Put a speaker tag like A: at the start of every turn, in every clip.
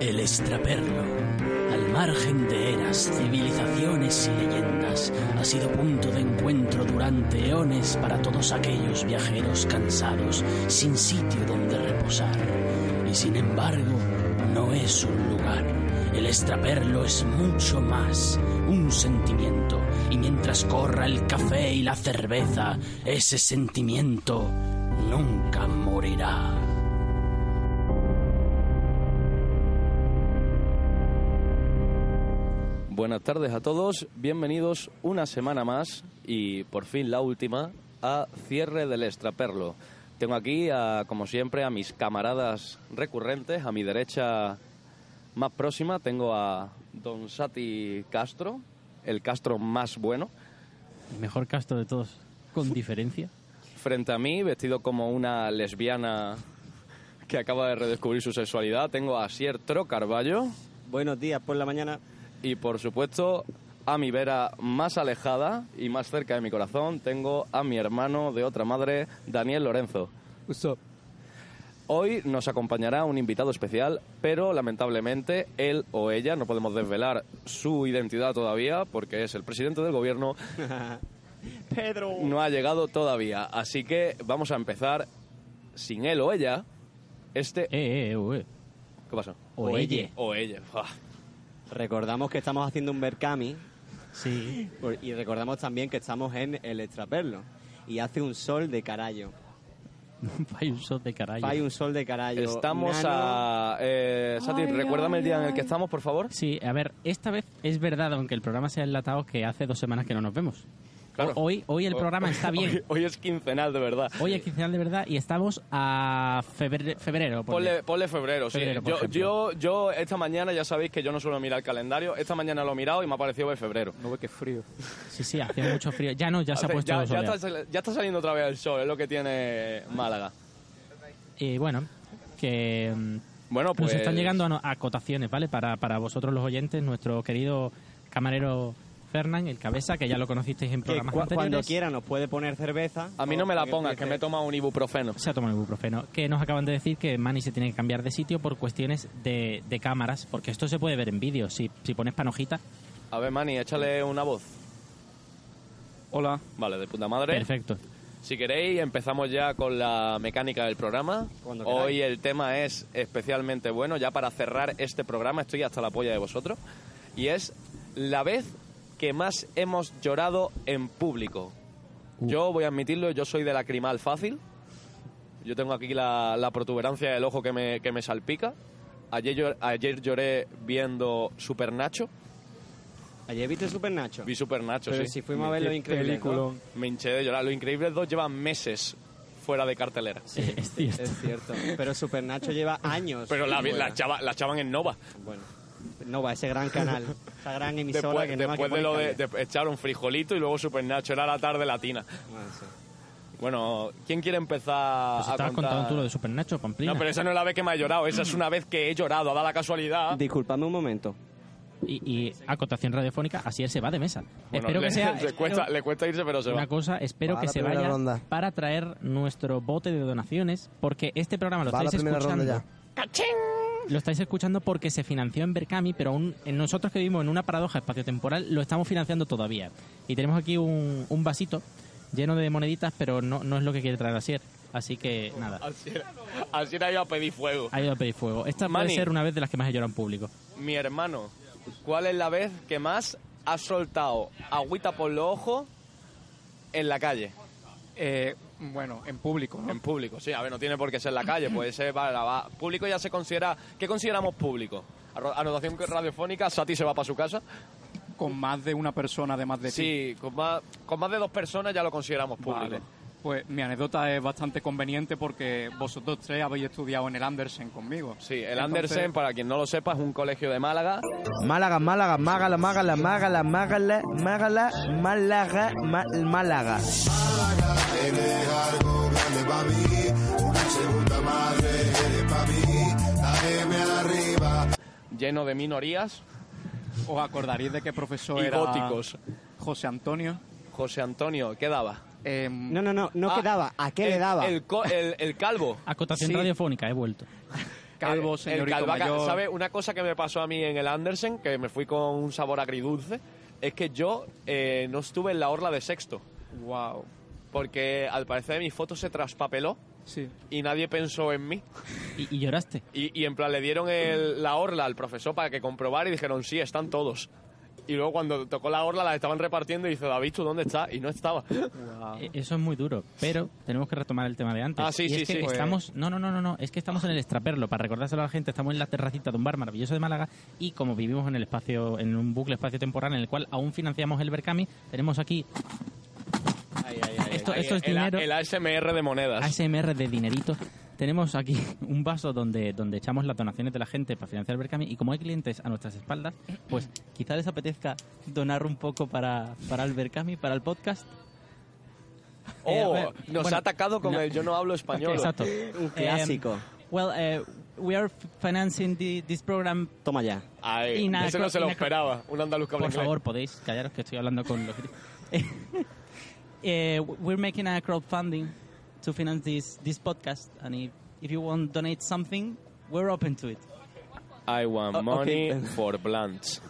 A: El extraperlo, al margen de eras, civilizaciones y leyendas, ha sido punto de encuentro durante eones para todos aquellos viajeros cansados, sin sitio donde reposar. Y sin embargo, no es un lugar. El extraperlo es mucho más, un sentimiento. Y mientras corra el café y la cerveza, ese sentimiento nunca morirá.
B: Buenas tardes a todos, bienvenidos una semana más y por fin la última a Cierre del Extraperlo. Tengo aquí, a, como siempre, a mis camaradas recurrentes. A mi derecha más próxima tengo a Don Sati Castro, el Castro más bueno.
C: El mejor Castro de todos, con diferencia.
B: Frente a mí, vestido como una lesbiana que acaba de redescubrir su sexualidad, tengo a Siertro Carballo.
D: Buenos días por la mañana.
B: Y por supuesto, a mi vera más alejada y más cerca de mi corazón, tengo a mi hermano de otra madre, Daniel Lorenzo. Hoy nos acompañará un invitado especial, pero lamentablemente él o ella, no podemos desvelar su identidad todavía, porque es el presidente del gobierno,
D: Pedro.
B: no ha llegado todavía. Así que vamos a empezar sin él o ella. Este.
C: Eh, eh, eh, eh.
B: ¿Qué pasa?
C: O ella.
B: O ella. Buah.
D: Recordamos que estamos haciendo un Berkami
C: Sí.
D: por- y recordamos también que estamos en el extraperlo. Y hace un sol de carayo.
C: Hay un shot de carajo.
D: Hay un sol de carayo.
B: Estamos
D: Nano,
B: a. Eh, Sati, recuérdame el día en el que estamos, por favor.
C: Sí, a ver, esta vez es verdad, aunque el programa sea enlatado, que hace dos semanas que no nos vemos.
B: Claro.
C: Hoy, hoy el programa está bien.
B: Hoy, hoy es quincenal, de verdad.
C: Hoy es quincenal de verdad y estamos a febrero. febrero ponle.
B: Ponle, ponle febrero, sí.
C: Febrero, por
B: yo, yo,
C: ejemplo.
B: yo esta mañana, ya sabéis que yo no suelo mirar el calendario, esta mañana lo he mirado y me ha parecido de febrero.
E: No ve que frío.
C: Sí, sí, hacía mucho frío. Ya no, ya se ha
B: Hace-
C: puesto
B: ya, ya
C: soleado.
B: está, sali- ya está saliendo otra vez el sol, es lo que tiene Málaga.
C: Y bueno, que... mm,
B: Bueno, pues...
C: Nos están llegando a, no- a acotaciones, ¿vale? Para, para vosotros los oyentes, nuestro querido camarero Fernán, el cabeza, que ya lo conocisteis en
D: que
C: programas
D: cua-
C: anteriores.
D: cuando quiera nos puede poner cerveza.
B: A mí no
D: o
B: me la
D: para
B: pongas, que me
D: empiece.
B: he tomado un ibuprofeno.
C: Se ha tomado ibuprofeno. Que nos acaban de decir que Manny se tiene que cambiar de sitio por cuestiones de, de cámaras, porque esto se puede ver en vídeo. Si, si pones panojita,
B: A ver, Mani, échale una voz.
E: Hola.
B: Vale, de puta madre.
C: perfecto.
B: Si queréis, empezamos ya con la mecánica del programa.
D: Cuando queráis.
B: Hoy el tema es especialmente bueno, ya para cerrar este programa, estoy hasta la polla de vosotros, y es la vez que más hemos llorado en público.
D: Uh.
B: Yo voy a admitirlo, yo soy de la crimal fácil. Yo tengo aquí la, la protuberancia del ojo que me, que me salpica. Ayer, llor- ayer lloré viendo Super Nacho.
D: Ayer viste Super Nacho.
B: Vi Super Nacho,
D: Pero
B: sí.
D: si fuimos a ver lo increíble.
E: Película.
B: Me hinché de llorar. Lo increíble dos llevan meses fuera de cartelera.
C: es cierto.
D: Es cierto. Pero Super Nacho lleva años.
B: Pero la,
D: fuera.
B: la, chava- la echaban en Nova.
D: Bueno, no va ese gran canal, esa gran emisora
B: Después,
D: que no va, que
B: después de lo
D: pone
B: de,
D: cable.
B: de echar un frijolito y luego Super Nacho. Era la tarde latina.
D: Bueno, Ah, sí.
B: Bueno, ¿quién quiere empezar
C: Pues
B: a
C: estabas
B: contar?
C: contando tú lo de Super Nacho, Pamplina.
B: No, pero esa no es la vez que me ha llorado. Esa es una vez que he llorado. Ha dado la casualidad.
D: Disculpadme un momento.
C: y, y acotación radiofónica, así él se va de mesa.
B: Bueno,
C: espero
B: le,
C: que sea...
B: le
C: espero-
B: cuesta, le cuesta irse, pero se va.
C: Una cosa, espero
F: Va
C: que
F: la
C: se
F: primera
C: vaya
F: ronda.
C: para traer nuestro bote de donaciones, porque este programa lo
F: Va la
C: estáis
F: primera
C: escuchando.
F: ronda ya.
C: Lo estáis escuchando porque se financió en Berkami, pero aún en nosotros que vivimos en una paradoja espaciotemporal lo estamos financiando todavía. Y tenemos aquí un, un vasito lleno de moneditas, pero no, no es lo que quiere traer Asier. Así que nada,
B: Así era, así era yo a pedir fuego.
C: ha ido a pedir fuego. Esta
B: Mani.
C: puede ser una vez de las que más he llorado en público.
B: Mi hermano, ¿cuál es la vez que más has soltado agüita por los ojos en la calle?
E: Eh, bueno, en público, ¿no?
B: En público, sí, a ver, no tiene por qué ser la calle, puede ser, vale, la va- público ya se considera, ¿qué consideramos público? Arro- Anotación radiofónica, Sati se va para su casa.
E: Con más de una persona además de ti.
B: Sí, con más, con más de dos personas ya lo consideramos público.
E: Vale. Pues mi anécdota es bastante conveniente porque vosotros tres habéis estudiado en el Andersen conmigo.
B: Sí, el
E: Entonces,
B: Andersen, para quien no lo sepa, es un colegio de Málaga.
F: Málaga, Málaga, Mágala, Mágala, Mágala, Mágala, Mágala, Málaga, Ma- Málaga.
B: lleno de minorías.
E: ¿Os acordaréis de qué profesor
B: Y
E: era?
B: góticos.
E: José Antonio.
B: José Antonio, ¿qué daba?
E: em,
D: No, no, no, no
B: Ah,
D: quedaba. ¿A qué
B: el-
D: le daba?
B: El, co- el- el calvo.
C: Acotación
E: Sí.
C: radiofónica, he vuelto.
E: Calvo,
B: El-
E: señorito
B: el calvaca-
E: mayor.
B: ¿Sabe? Una cosa que me pasó a mí en el Andersen, que me fui con un sabor agridulce, es que yo eh, no estuve en la orla de sexto.
E: Wow.
B: Porque al parecer mi foto se traspapeló
E: Sí.
B: y nadie pensó en mí.
C: Y, y lloraste.
B: Y, y en plan le dieron el- la orla al profesor para que comprobara y dijeron, sí, están todos. Y luego cuando tocó la orla la estaban repartiendo y dice, David, ¿tú dónde está? Y no estaba.
C: E- Eso es muy duro, pero tenemos que retomar el tema de antes.
B: Ah, sí,
C: Y es
B: sí,
C: que
B: sí.
C: Estamos, no, no, no, no, no, es que estamos en el extraperlo. Para recordárselo a la gente, estamos en la terracita de un bar maravilloso de Málaga y como vivimos en el espacio, en un bucle espacio-temporal en el cual aún financiamos el Berkami, tenemos aquí esto,
B: Ahí,
C: esto es
B: el,
C: dinero.
B: El ASMR de monedas.
C: ASMR de dinerito. Tenemos aquí un vaso donde, donde echamos las donaciones de la gente para financiar el Berkami y como hay clientes a nuestras espaldas, pues quizá les apetezca donar un poco para, para el Berkami, para el podcast. Eh,
B: Oh,
C: bueno,
B: nos
C: bueno,
B: ha atacado con
C: no.
B: el yo no hablo español.
C: Exacto.
D: Un clásico.
F: Em,
C: Um, well, uh, we are financing the- this program.
D: Toma ya.
B: Ay,
C: Inaco-
B: ese no se lo
C: inaco-
B: esperaba. Un andaluz que habla
C: Por
B: inglés.
C: favor, podéis callaros que estoy hablando con los. Eh, we're making a crowdfunding to finance this this podcast, and if, if you want to donate something, we're open to it.
B: I
C: Oh,
B: want
D: O-
B: money
D: ok.
B: for Blanche.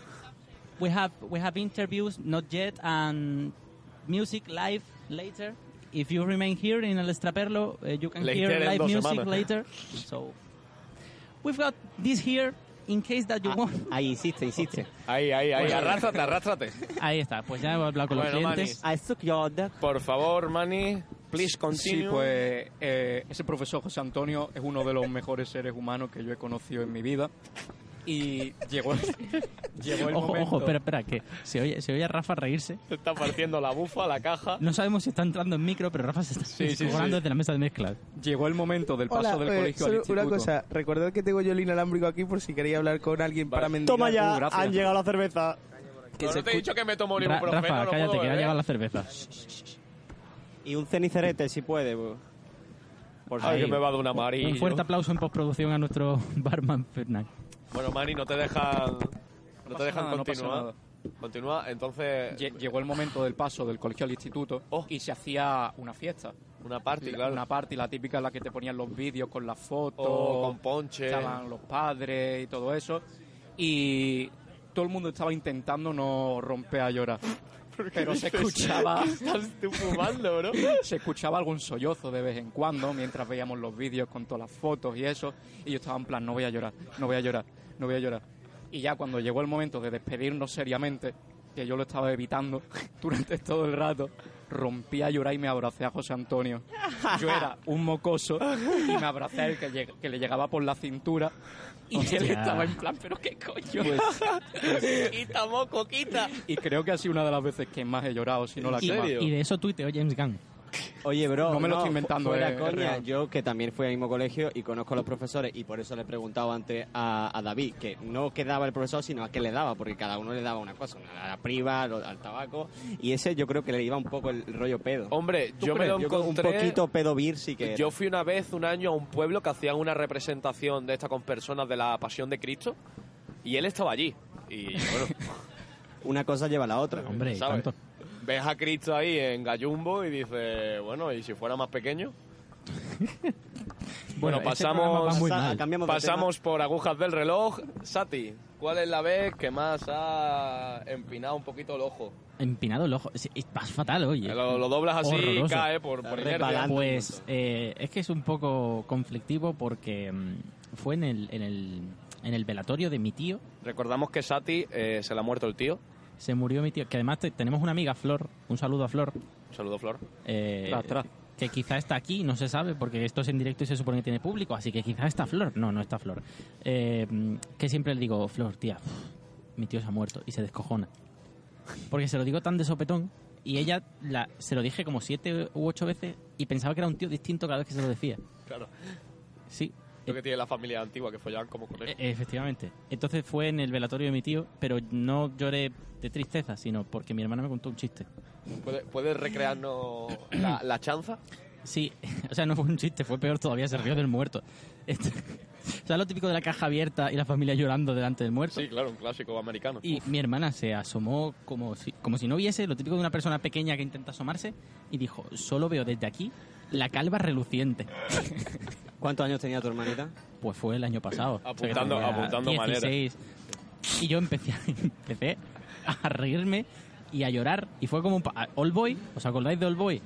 C: We have we have interviews not yet and music live later. If you remain here in El Estraperlo, uh, you can
B: Later
C: hear
B: en
C: live
B: dos
C: music
B: semanas.
C: later. So we've got this here in case that you
D: Ah,
C: want.
D: ahí insiste, insiste.
B: Ahí, ahí, ahí.
C: Bueno.
B: Arrástrate, arrástrate.
C: Ahí está, pues ya he hablado con los
B: Bueno,
C: clientes.
D: I suck your dick.
B: Por favor, Manny, please continue.
E: Sí, pues eh, ese profesor José Antonio es uno de los mejores seres humanos que yo he conocido en mi vida. Y llegó, llegó el
C: Ojo,
E: momento.
C: ojo, espera, espera, que se oye, se oye a Rafa reírse.
B: Se está partiendo la bufa, la caja.
C: No sabemos si está entrando en micro, pero Rafa se está
E: Sí, sí, sí.
C: descojonando desde la mesa de mezclas.
E: Llegó el momento del paso
F: Hola,
E: del
F: eh,
E: colegio al
F: solo
E: instituto.
F: una cosa. Recordad que tengo yo el inalámbrico aquí por si queréis hablar con alguien para
B: Vale.
F: mendigar.
D: Toma ya,
E: Uh, gracias.
D: han llegado la cerveza.
B: Que no te he dicho que me tomo un
C: Ra-
B: ibuprofeno,
C: Rafa,
B: no
C: cállate,
B: puedo
C: que le ha
B: beber.
C: llegado la cerveza.
D: Y un cenicerete, si puede. pues. bu. Por
B: Ay,
D: si-
B: que me va a dar una amarillo.
C: Un fuerte aplauso en postproducción a nuestro barman Fernán.
B: Bueno, Manny, no te dejan, no te
E: pasa
B: dejan
E: nada, no pasa
B: continuar.
E: nada.
B: Continúa, entonces,
E: Lle- Llegó el momento del paso del colegio al instituto
B: Oh.
E: y se hacía una fiesta.
B: una party,
E: La-
B: claro.
E: Una party, la típica en la que te ponían los vídeos con las fotos,
B: O Oh, con ponche.
E: estaban los padres y todo eso. Y todo el mundo estaba intentando no romper a llorar. Pero se escuchaba,
B: Estás tú fumando, bro.
E: se escuchaba algún sollozo de vez en cuando mientras veíamos los vídeos con todas las fotos y eso. Y yo estaba en plan, no voy a llorar, no voy a llorar, no voy a llorar. Y ya cuando llegó el momento de despedirnos seriamente, que yo lo estaba evitando durante todo el rato, rompí a llorar y me abracé a José Antonio. Yo era un mocoso y me abracé a él que, lleg- que le llegaba por la cintura. Y él
C: Hostia. Pues,
E: estaba en plan, pero qué coño.
B: quita, moco, quita.
E: y creo que ha sido una de las veces que más he llorado, si no la
B: ¿En
E: que más.
B: serio? Eh,
C: Y de eso tuiteó James Gunn.
D: Oye, bro.
E: No me lo estoy inventando,
D: fu- fuera
E: eh,
D: coña,
E: es real.
D: Yo, que también fui al mismo colegio y conozco a los profesores, y por eso le he preguntado antes a, a David, que no quedaba el profesor, sino a qué le daba, porque cada uno le daba una cosa, una a la priva, lo- al tabaco, y ese yo creo que le iba un poco el rollo pedo.
B: Hombre,
D: ¿Tú
B: yo me
D: crees?
B: lo
D: creo
B: encontré...
D: Un poquito pedo birsi que. era.
B: Yo fui una vez, un año, a un pueblo que hacían una representación de esta con personas de la Pasión de Cristo y él estaba allí. Y bueno,
D: Una cosa lleva a la otra.
C: Hombre, y
B: ¿sabes?
C: tanto.
B: Ves a Cristo ahí en gallumbo y dices, bueno, ¿y si fuera más pequeño? Bueno,
C: este
B: pasamos-
C: programa va muy
D: Pasa-
C: mal.
D: cambiamos de
B: Pasamos por agujas del reloj. Sati, ¿cuál es la vez que más ha empinado un poquito el ojo?
C: Empinado el ojo. Sí, Vas fatal hoy. eh.
B: Lo, lo doblas así y
C: Horroroso.
B: cae por, por
D: Está
B: inercia.
D: resbalando.
C: Pues eh, es que es un poco conflictivo porque mm, fue en el, en, el, en el velatorio de mi tío.
B: Recordamos que Sati eh, se le ha muerto el tío.
C: Se murió mi tío. Que además te- tenemos una amiga, Flor. Un saludo a Flor.
B: Un saludo, Flor.
C: eh,
E: Tras, tras.
C: Que quizá está aquí, no se sabe, porque esto es en directo y se supone que tiene público. Así que quizá está Flor. No, no está Flor. Eh, mm, que siempre le digo, Flor, tía, uf, mi tío se ha muerto. Y se descojona. Porque se lo digo tan de sopetón. Y ella la, se lo dije como siete u ocho veces y pensaba que era un tío distinto cada vez que se lo decía.
B: Claro.
C: Sí,
B: Lo que tiene la familia antigua que follaban como con
C: E- Efectivamente. Entonces fue en el velatorio de mi tío, pero no lloré de
B: Eh.
C: tristeza, sino porque mi hermana me contó un chiste.
B: ¿Puedes, puedes recrearnos la, la chanza?
C: Sí, o sea, no fue un chiste, fue peor todavía, se rió del muerto. Esto- o sea, lo típico de la caja abierta y la familia llorando delante del muerto.
B: Sí, claro, un clásico americano.
C: Y mi hermana se asomó como si, como si no viese, lo típico de una persona pequeña que intenta asomarse, y dijo, solo veo desde aquí la calva reluciente.
D: ¿Cuántos años tenía tu hermanita?
C: Pues fue el año pasado.
B: Apuntando-
C: O sea, que tenía
B: apuntando maneras.
C: 16. Y yo empecé, a- empecé a reírme y a llorar. Y fue como un... pa- All Boy, ¿os acordáis de All Boy?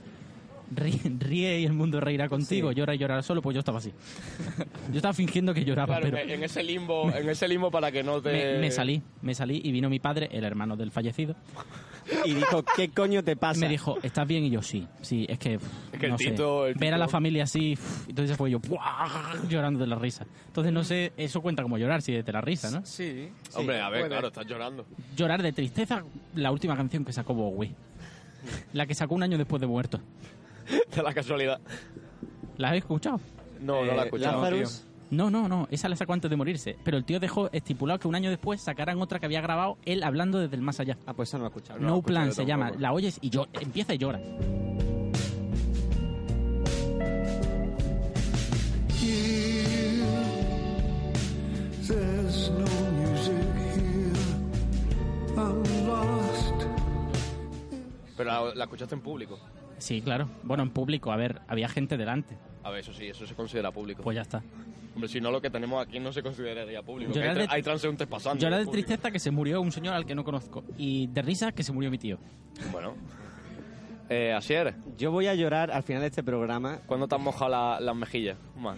C: Ríe, ríe y el mundo reirá contigo. Llora y llorar solo, pues yo estaba así. Yo estaba fingiendo que lloraba,
B: Claro,
C: pero...
B: en ese limbo, en ese limbo para que no te...
C: Me, me salí, me salí y vino mi padre, el hermano del fallecido,
D: Y dijo, ¿qué coño te pasa?
C: y me dijo, ¿estás bien? Y yo, sí, sí, es que, pff,
B: Es que el
C: no sé,
B: Tito- el
C: ver a
B: Tito-
C: la familia así, pff, entonces fue yo, ¡buah! llorando de la risa. Entonces no sé, eso cuenta como llorar, si de la risa, ¿no?
E: Sí. sí,
B: Hombre, a ver,
E: puede.
B: claro, estás llorando.
C: Llorar de tristeza, la última canción que sacó Bowie. La que sacó un año después de muerto.
B: De la casualidad.
C: ¿La habéis escuchado?
B: No, no la he
D: Eh,
B: escuchado.
D: Lazarus,
C: No, no, no, esa la sacó antes de morirse. Pero el tío dejó estipulado que un año después sacaran otra que había grabado él hablando desde el más allá.
D: Ah, pues esa no la he escuchado.
C: No, Plan se llama.
B: tampoco.
C: La oyes y yo empieza y llora.
G: There's no music here. I'm lost.
B: Pero la, la escuchaste en público.
C: Sí, claro. Bueno, en público, a ver, había gente delante.
B: A ver, eso sí, eso se considera público.
C: Pues ya está.
B: Hombre, si no, lo que tenemos aquí no se consideraría público. que
C: Llorar
B: hay, tra-
C: de-
B: hay transeúntes pasando.
C: Llorar de
B: es público.
C: tristeza que se murió un señor al que no conozco. Y de risa que se murió mi tío.
B: Bueno. Eh, Asier,
D: Yo voy a llorar al final de este programa
B: ¿cuándo te has mojado la- las mejillas? Man.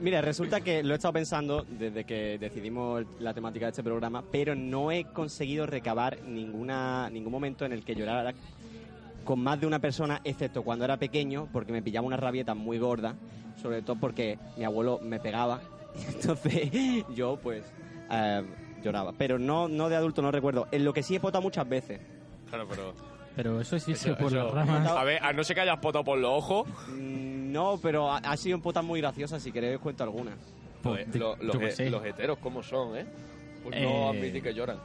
D: Mira, resulta que lo he estado pensando desde que decidimos el- la temática de este programa, pero no he conseguido recabar ninguna, ningún momento en el que llorara con más de una persona, excepto cuando era pequeño, porque me pillaba una rabieta muy gorda, sobre todo porque mi abuelo me pegaba. Entonces yo, pues, eh, lloraba. Pero no, no de adulto, no recuerdo. En lo que sí he potado muchas veces.
B: Claro, pero...
C: Pero eso sí se por
B: eso-
C: las ramas.
B: A ver, a no ser que hayas potado por los ojos...
D: Mm, No, pero ha, ha sido un potas muy graciosa, si queréis os cuento alguna.
C: Pues,
B: Joder, lo- los,
C: yo qué
B: he-
C: sé.
B: los heteros, ¿cómo son, eh? Pues no
C: Eh.
B: admití que lloran.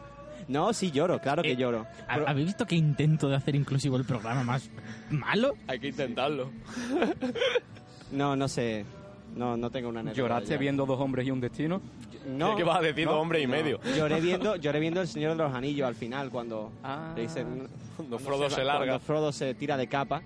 D: No, sí lloro, claro que
C: Eh,
D: lloro.
C: ¿Ha- ¿Habéis visto qué intento de hacer inclusivo el programa más malo?
B: Hay que intentarlo.
D: No, no sé. No, no tengo una anécdota.
E: ¿Lloraste
D: ya.
E: viendo dos hombres y un destino?
D: No.
B: ¿Qué vas a decir, dos hombres y medio?
D: Lloré viendo, lloré viendo El Señor de los Anillos al final, cuando
E: Ah.
D: le dicen...
B: Cuando
D: cuando
B: Frodo se
D: va-
B: larga.
D: Cuando Frodo se tira de capa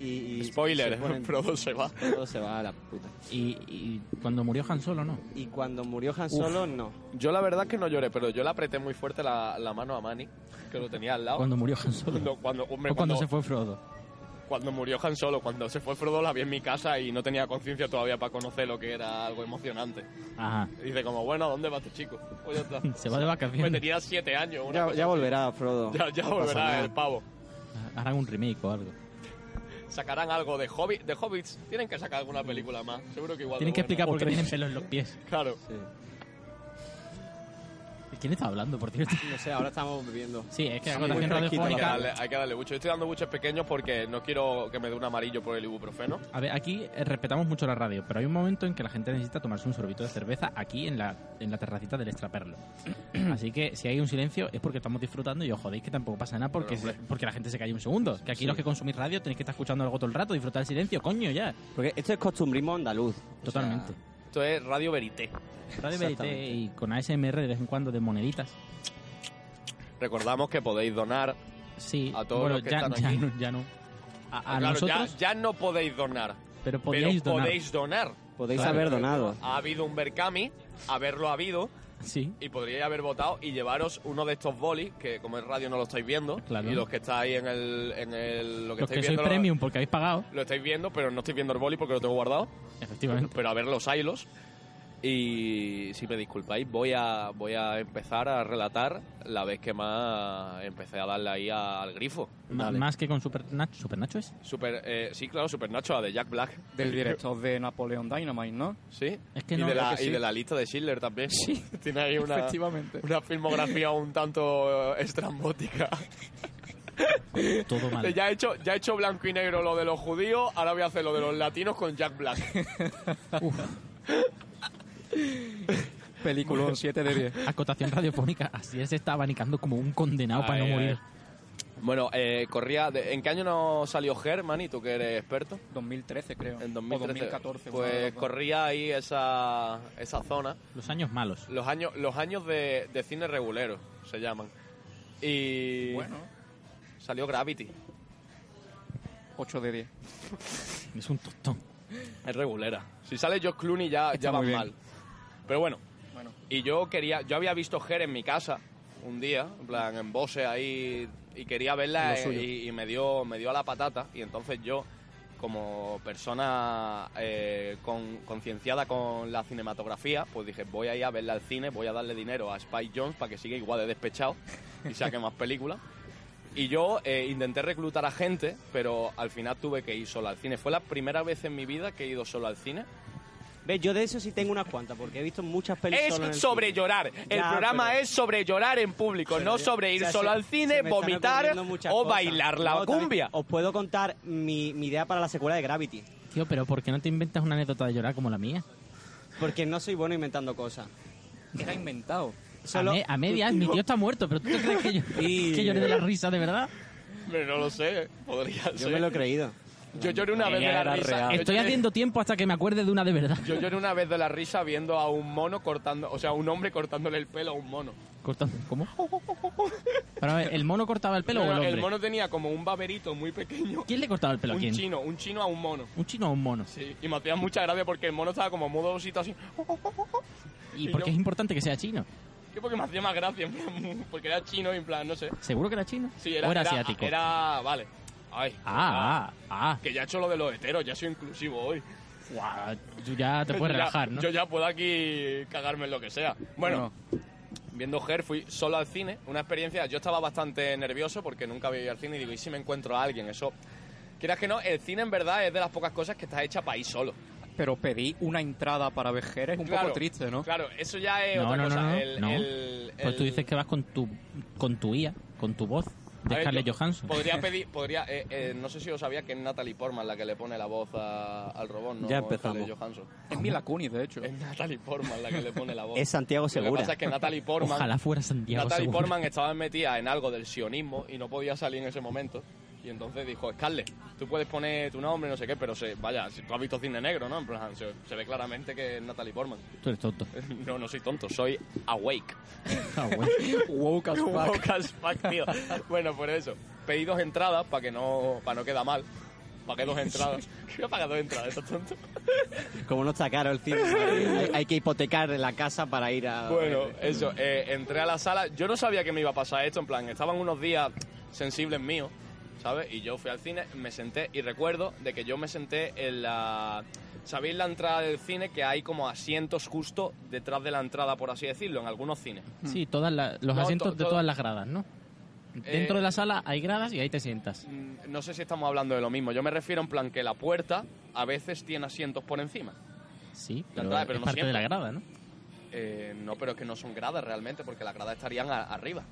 D: y... y
B: Spoiler, ¿eh?
D: se ponen-
B: Frodo se va.
D: Frodo se va a la puta.
C: Y, y cuando murió Han Solo, ¿no?
D: Y cuando murió Han Solo, no.
B: Yo la verdad es que no lloré, pero yo le apreté muy fuerte la, la mano a Manny, que lo tenía al lado.
C: Cuando murió Han Solo.
B: Cuando, cuando, hombre,
C: o cuando,
B: cuando-
C: se fue Frodo.
B: cuando murió Han Solo, cuando se fue Frodo la vi en mi casa y no tenía conciencia todavía para conocer lo que era algo emocionante.
C: Ajá.
B: Y dice como, bueno, ¿a dónde va este chico? Pues ya está.
C: Se va de
B: Pues
C: vacaciones.
B: tenía siete años. una
D: Ya,
B: cosa
D: ya
B: así.
D: volverá Frodo.
B: Ya, ya
D: No pasa
B: volverá
D: nada.
B: el pavo.
C: Harán un remake o algo.
B: Sacarán algo de Hobbit, de Hobbits. Tienen que sacar alguna película más. Seguro que igual.
C: Tienen
B: de buena.
C: que explicar por qué tienen pelo en los pies.
B: Claro.
C: ¿De quién está hablando, por cierto?
D: No sé, ahora estamos bebiendo.
C: Sí, es que
D: Sí,
C: acotación
D: muy fresquito,
B: Hay que,
C: radiofónica.
B: darle, hay que darle bucho. Yo estoy dando buches pequeños porque no quiero que me dé un amarillo por el ibuprofeno.
C: A ver, aquí eh, respetamos mucho la radio, pero hay un momento en que la gente necesita tomarse un sorbito de cerveza aquí en la, en la terracita del extraperlo. Así que si hay un silencio es porque estamos disfrutando y os jodéis que tampoco pasa nada porque,
B: Pero,
C: se- porque la gente se calle un segundo. Que aquí los que consumís radio tenéis que estar escuchando algo todo el rato, disfrutar el silencio, coño, ya.
D: Porque esto es costumbrismo andaluz. O
C: Totalmente.
D: sea,
B: Esto es Radio Verité.
C: Radio BRT
D: exactamente.
C: y con ASMR de vez en cuando de moneditas.
B: Recordamos que podéis donar.
C: Sí,
B: A todos
C: bueno,
B: los que
C: ya,
B: están
C: ya
B: aquí.
C: no. ya no. A, a
B: Claro,
C: nosotros,
B: ya, ya no podéis donar.
C: pero podíais
B: pero
C: donar.
B: podéis donar.
D: podéis
C: Claro.
D: haber donado.
B: Ha habido un Berkami, haberlo habido,
C: Sí.
B: y podríais haber votado y llevaros uno de estos bolis, que como en radio no lo estáis viendo,
C: Claro.
B: y los que estáis en el... En el lo que
C: Los
B: estáis
C: que sois
B: viendo, lo-
C: premium porque habéis pagado,
B: Lo, estáis viendo, pero no estáis viendo el boli porque lo tengo guardado,
C: efectivamente.
B: pero a ver los hilos. Y si me disculpáis, voy a, voy a empezar a relatar la vez que más empecé a darle ahí al grifo.
C: M-
D: Vale.
C: Más que con Super Nacho. ¿Super Nacho es?
B: Super, eh, sí, claro, Super Nacho, la de Jack Black.
E: Del director de Napoleon Dynamite, ¿no?
B: Sí.
C: Es que
B: y,
C: no,
B: de
C: es
B: la,
C: que
B: y
C: sí.
B: de la lista de Schindler también. Tiene ahí una,
E: Efectivamente.
B: una filmografía un tanto eh, estrambótica.
C: Todo mal.
B: Ya he, hecho, ya he hecho blanco y negro lo de los judíos, ahora voy a hacer lo de los latinos con Jack Black.
E: Película 7 de 10.
C: Acotación radiofónica. Así él se está abanicando como un condenado para no
B: Ay, ay.
C: morir.
B: Bueno, eh, corría. de- ¿En qué año no salió Her, Mani? Tú que eres experto.
E: 2013 creo.
B: En
E: O
B: 2013.
E: 2014. uno de
B: Pues
E: los dos.
B: corría ahí esa, esa zona.
C: Los años malos.
B: Los años, los años de, de cine regulero se llaman. Y
E: Bueno,
B: salió Gravity.
E: 8 de 10.
C: Es un tostón.
B: Es regulera. Si sale George Clooney ya,
E: Está
B: ya
E: muy
B: van
E: bien.
B: mal. Pero bueno,
E: Bueno,
B: y yo quería, yo había visto Her en mi casa un día, en plan en Bose ahí, y quería verla
E: Lo
B: eh,
E: suyo.
B: y, y me dio, me dio a la patata. Y entonces yo, como persona eh, con- concienciada con la cinematografía, pues dije, voy a ir a verla al cine, voy a darle dinero a Spike Jones para que siga igual de despechado y saque más películas. Y yo eh, intenté reclutar a gente, pero al final tuve que ir solo al cine. Fue la primera vez en mi vida que he ido solo al cine.
D: ¿Ves? Yo de eso sí tengo unas cuantas, porque he visto muchas películas.
B: Es sobre llorar. El
D: Ya,
B: programa
D: pero-
B: es sobre llorar en público, no sobre ir
D: O sea,
B: solo
D: se-
B: al
D: se
B: cine,
D: me están
B: vomitar
D: ocurriendo muchas
B: o
D: cosas.
B: bailar la
D: No, también
B: cumbia.
D: Os puedo contar mi, mi idea para la secuela de Gravity.
C: Tío, pero ¿por qué no te inventas una anécdota de llorar como la mía?
D: Porque no soy bueno inventando cosas.
E: era inventado.
C: A,
D: Solo-
C: me- a medias, mi tío está muerto, pero ¿tú te crees que yo,
D: Y-
C: que lloré de la risa, de verdad?
B: Pero no lo sé, podría
D: Yo me lo he creído.
B: Yo lloré una vez de la
E: Era
B: risa.
E: real.
B: Yo
C: Estoy
B: lloré-
C: haciendo tiempo hasta que me acuerde de una de verdad.
B: Yo lloré una vez de la risa viendo a un mono cortando, o sea, un hombre cortándole el pelo a un mono.
C: Cortando- ¿Cómo? Pero a ver, ¿el mono cortaba el pelo o el
B: Pero
C: hombre?
B: el mono tenía como un baberito muy pequeño.
C: ¿Quién le cortaba el pelo a
B: un
C: quién?
B: chino, un chino a un mono.
C: ¿Un chino o un mono?
B: Sí, y me hacía mucha gracia porque el mono estaba como modo osito así.
C: ¿Y
B: Y
C: por qué
B: yo-
C: es importante que sea chino?
B: Que porque me hacía más gracia, en plan, porque era chino y en plan, no sé.
C: ¿Seguro que era chino?
B: Sí, era,
C: ¿O era,
B: era-
C: asiático?
B: Era, vale. Ay.
C: Ah, ah, ah.
B: Que ya he hecho lo de los heteros, ya soy inclusivo hoy.
C: Guau, tú ya te puedes
B: Yo ya-
C: relajar, ¿no?
B: Yo ya puedo aquí cagarme en lo que sea. Bueno, viendo Her fui solo al cine, una experiencia, yo estaba bastante nervioso porque nunca había ido al cine y digo, ¿y si me encuentro a alguien? Eso, quieras que no, el cine en verdad es de las pocas cosas que está hecha para ir solo.
E: Pero pedí una entrada para vejer es un
B: Claro,
E: poco triste, ¿no?
B: Claro, eso ya es
C: No,
B: otra
C: no, no,
B: cosa.
C: no,
B: El-
C: no.
B: el-
C: Pues tú
B: el-
C: dices que vas con tu, con tu IA, con tu voz de
B: A ver,
C: Scarlett
B: yo
C: Johansson.
B: Podría pedir, podría, eh, eh, no sé si os sabía que es Natalie Portman la que le pone la voz a- al robot, ¿no?
D: Ya empezamos.
B: Scarlett Johansson.
E: Es Mila Kunis, de hecho.
B: Es Natalie Portman la que le pone la voz.
D: Es Santiago
B: Lo que
D: Segura.
B: pasa es que Natalie Portman,
C: Ojalá fuera Santiago
B: Natalie
C: seguro.
B: Portman estaba metida en algo del sionismo y no podía salir en ese momento. Y entonces dijo, Scarlett, tú puedes poner tu nombre, no sé qué, pero se, vaya, si tú has visto cine negro, ¿no? En plan, se, se ve claramente que es Natalie Portman.
C: Tú eres tonto.
B: No, no soy tonto, soy awake.
C: Ah, bueno.
E: Woke as fuck.
B: Woke as fuck, tío. Bueno, por eso. Pedí dos entradas para que no, para no queda mal. Pagué dos entradas. ¿Qué voy a pagar dos entradas? ¿Estás tonto?
D: Como no está caro el cine, hay, hay que hipotecar la casa para ir a.
B: Bueno, eso, eh, entré a la sala. Yo no sabía que me iba a pasar esto, en plan, estaban unos días sensibles míos, ¿sabes? Y yo fui al cine, me senté y recuerdo de que yo me senté en la... ¿Sabéis la entrada del cine que hay como asientos justo detrás de la entrada, por así decirlo, en algunos cines?
C: Sí, todas la- los
B: No,
C: asientos
B: to- Eh,
C: de
B: todo-
C: todas las gradas, ¿no? Dentro de la sala hay gradas y ahí te sientas.
B: Mm, No sé si estamos hablando de lo mismo. Yo me refiero en plan que la puerta a veces tiene asientos por encima.
C: Sí, pero,
B: entrada, pero
C: es
B: no
C: parte de la
B: siempre.
C: grada, ¿no?
B: Eh, no, pero es que no son gradas realmente, porque las gradas estarían a- arriba.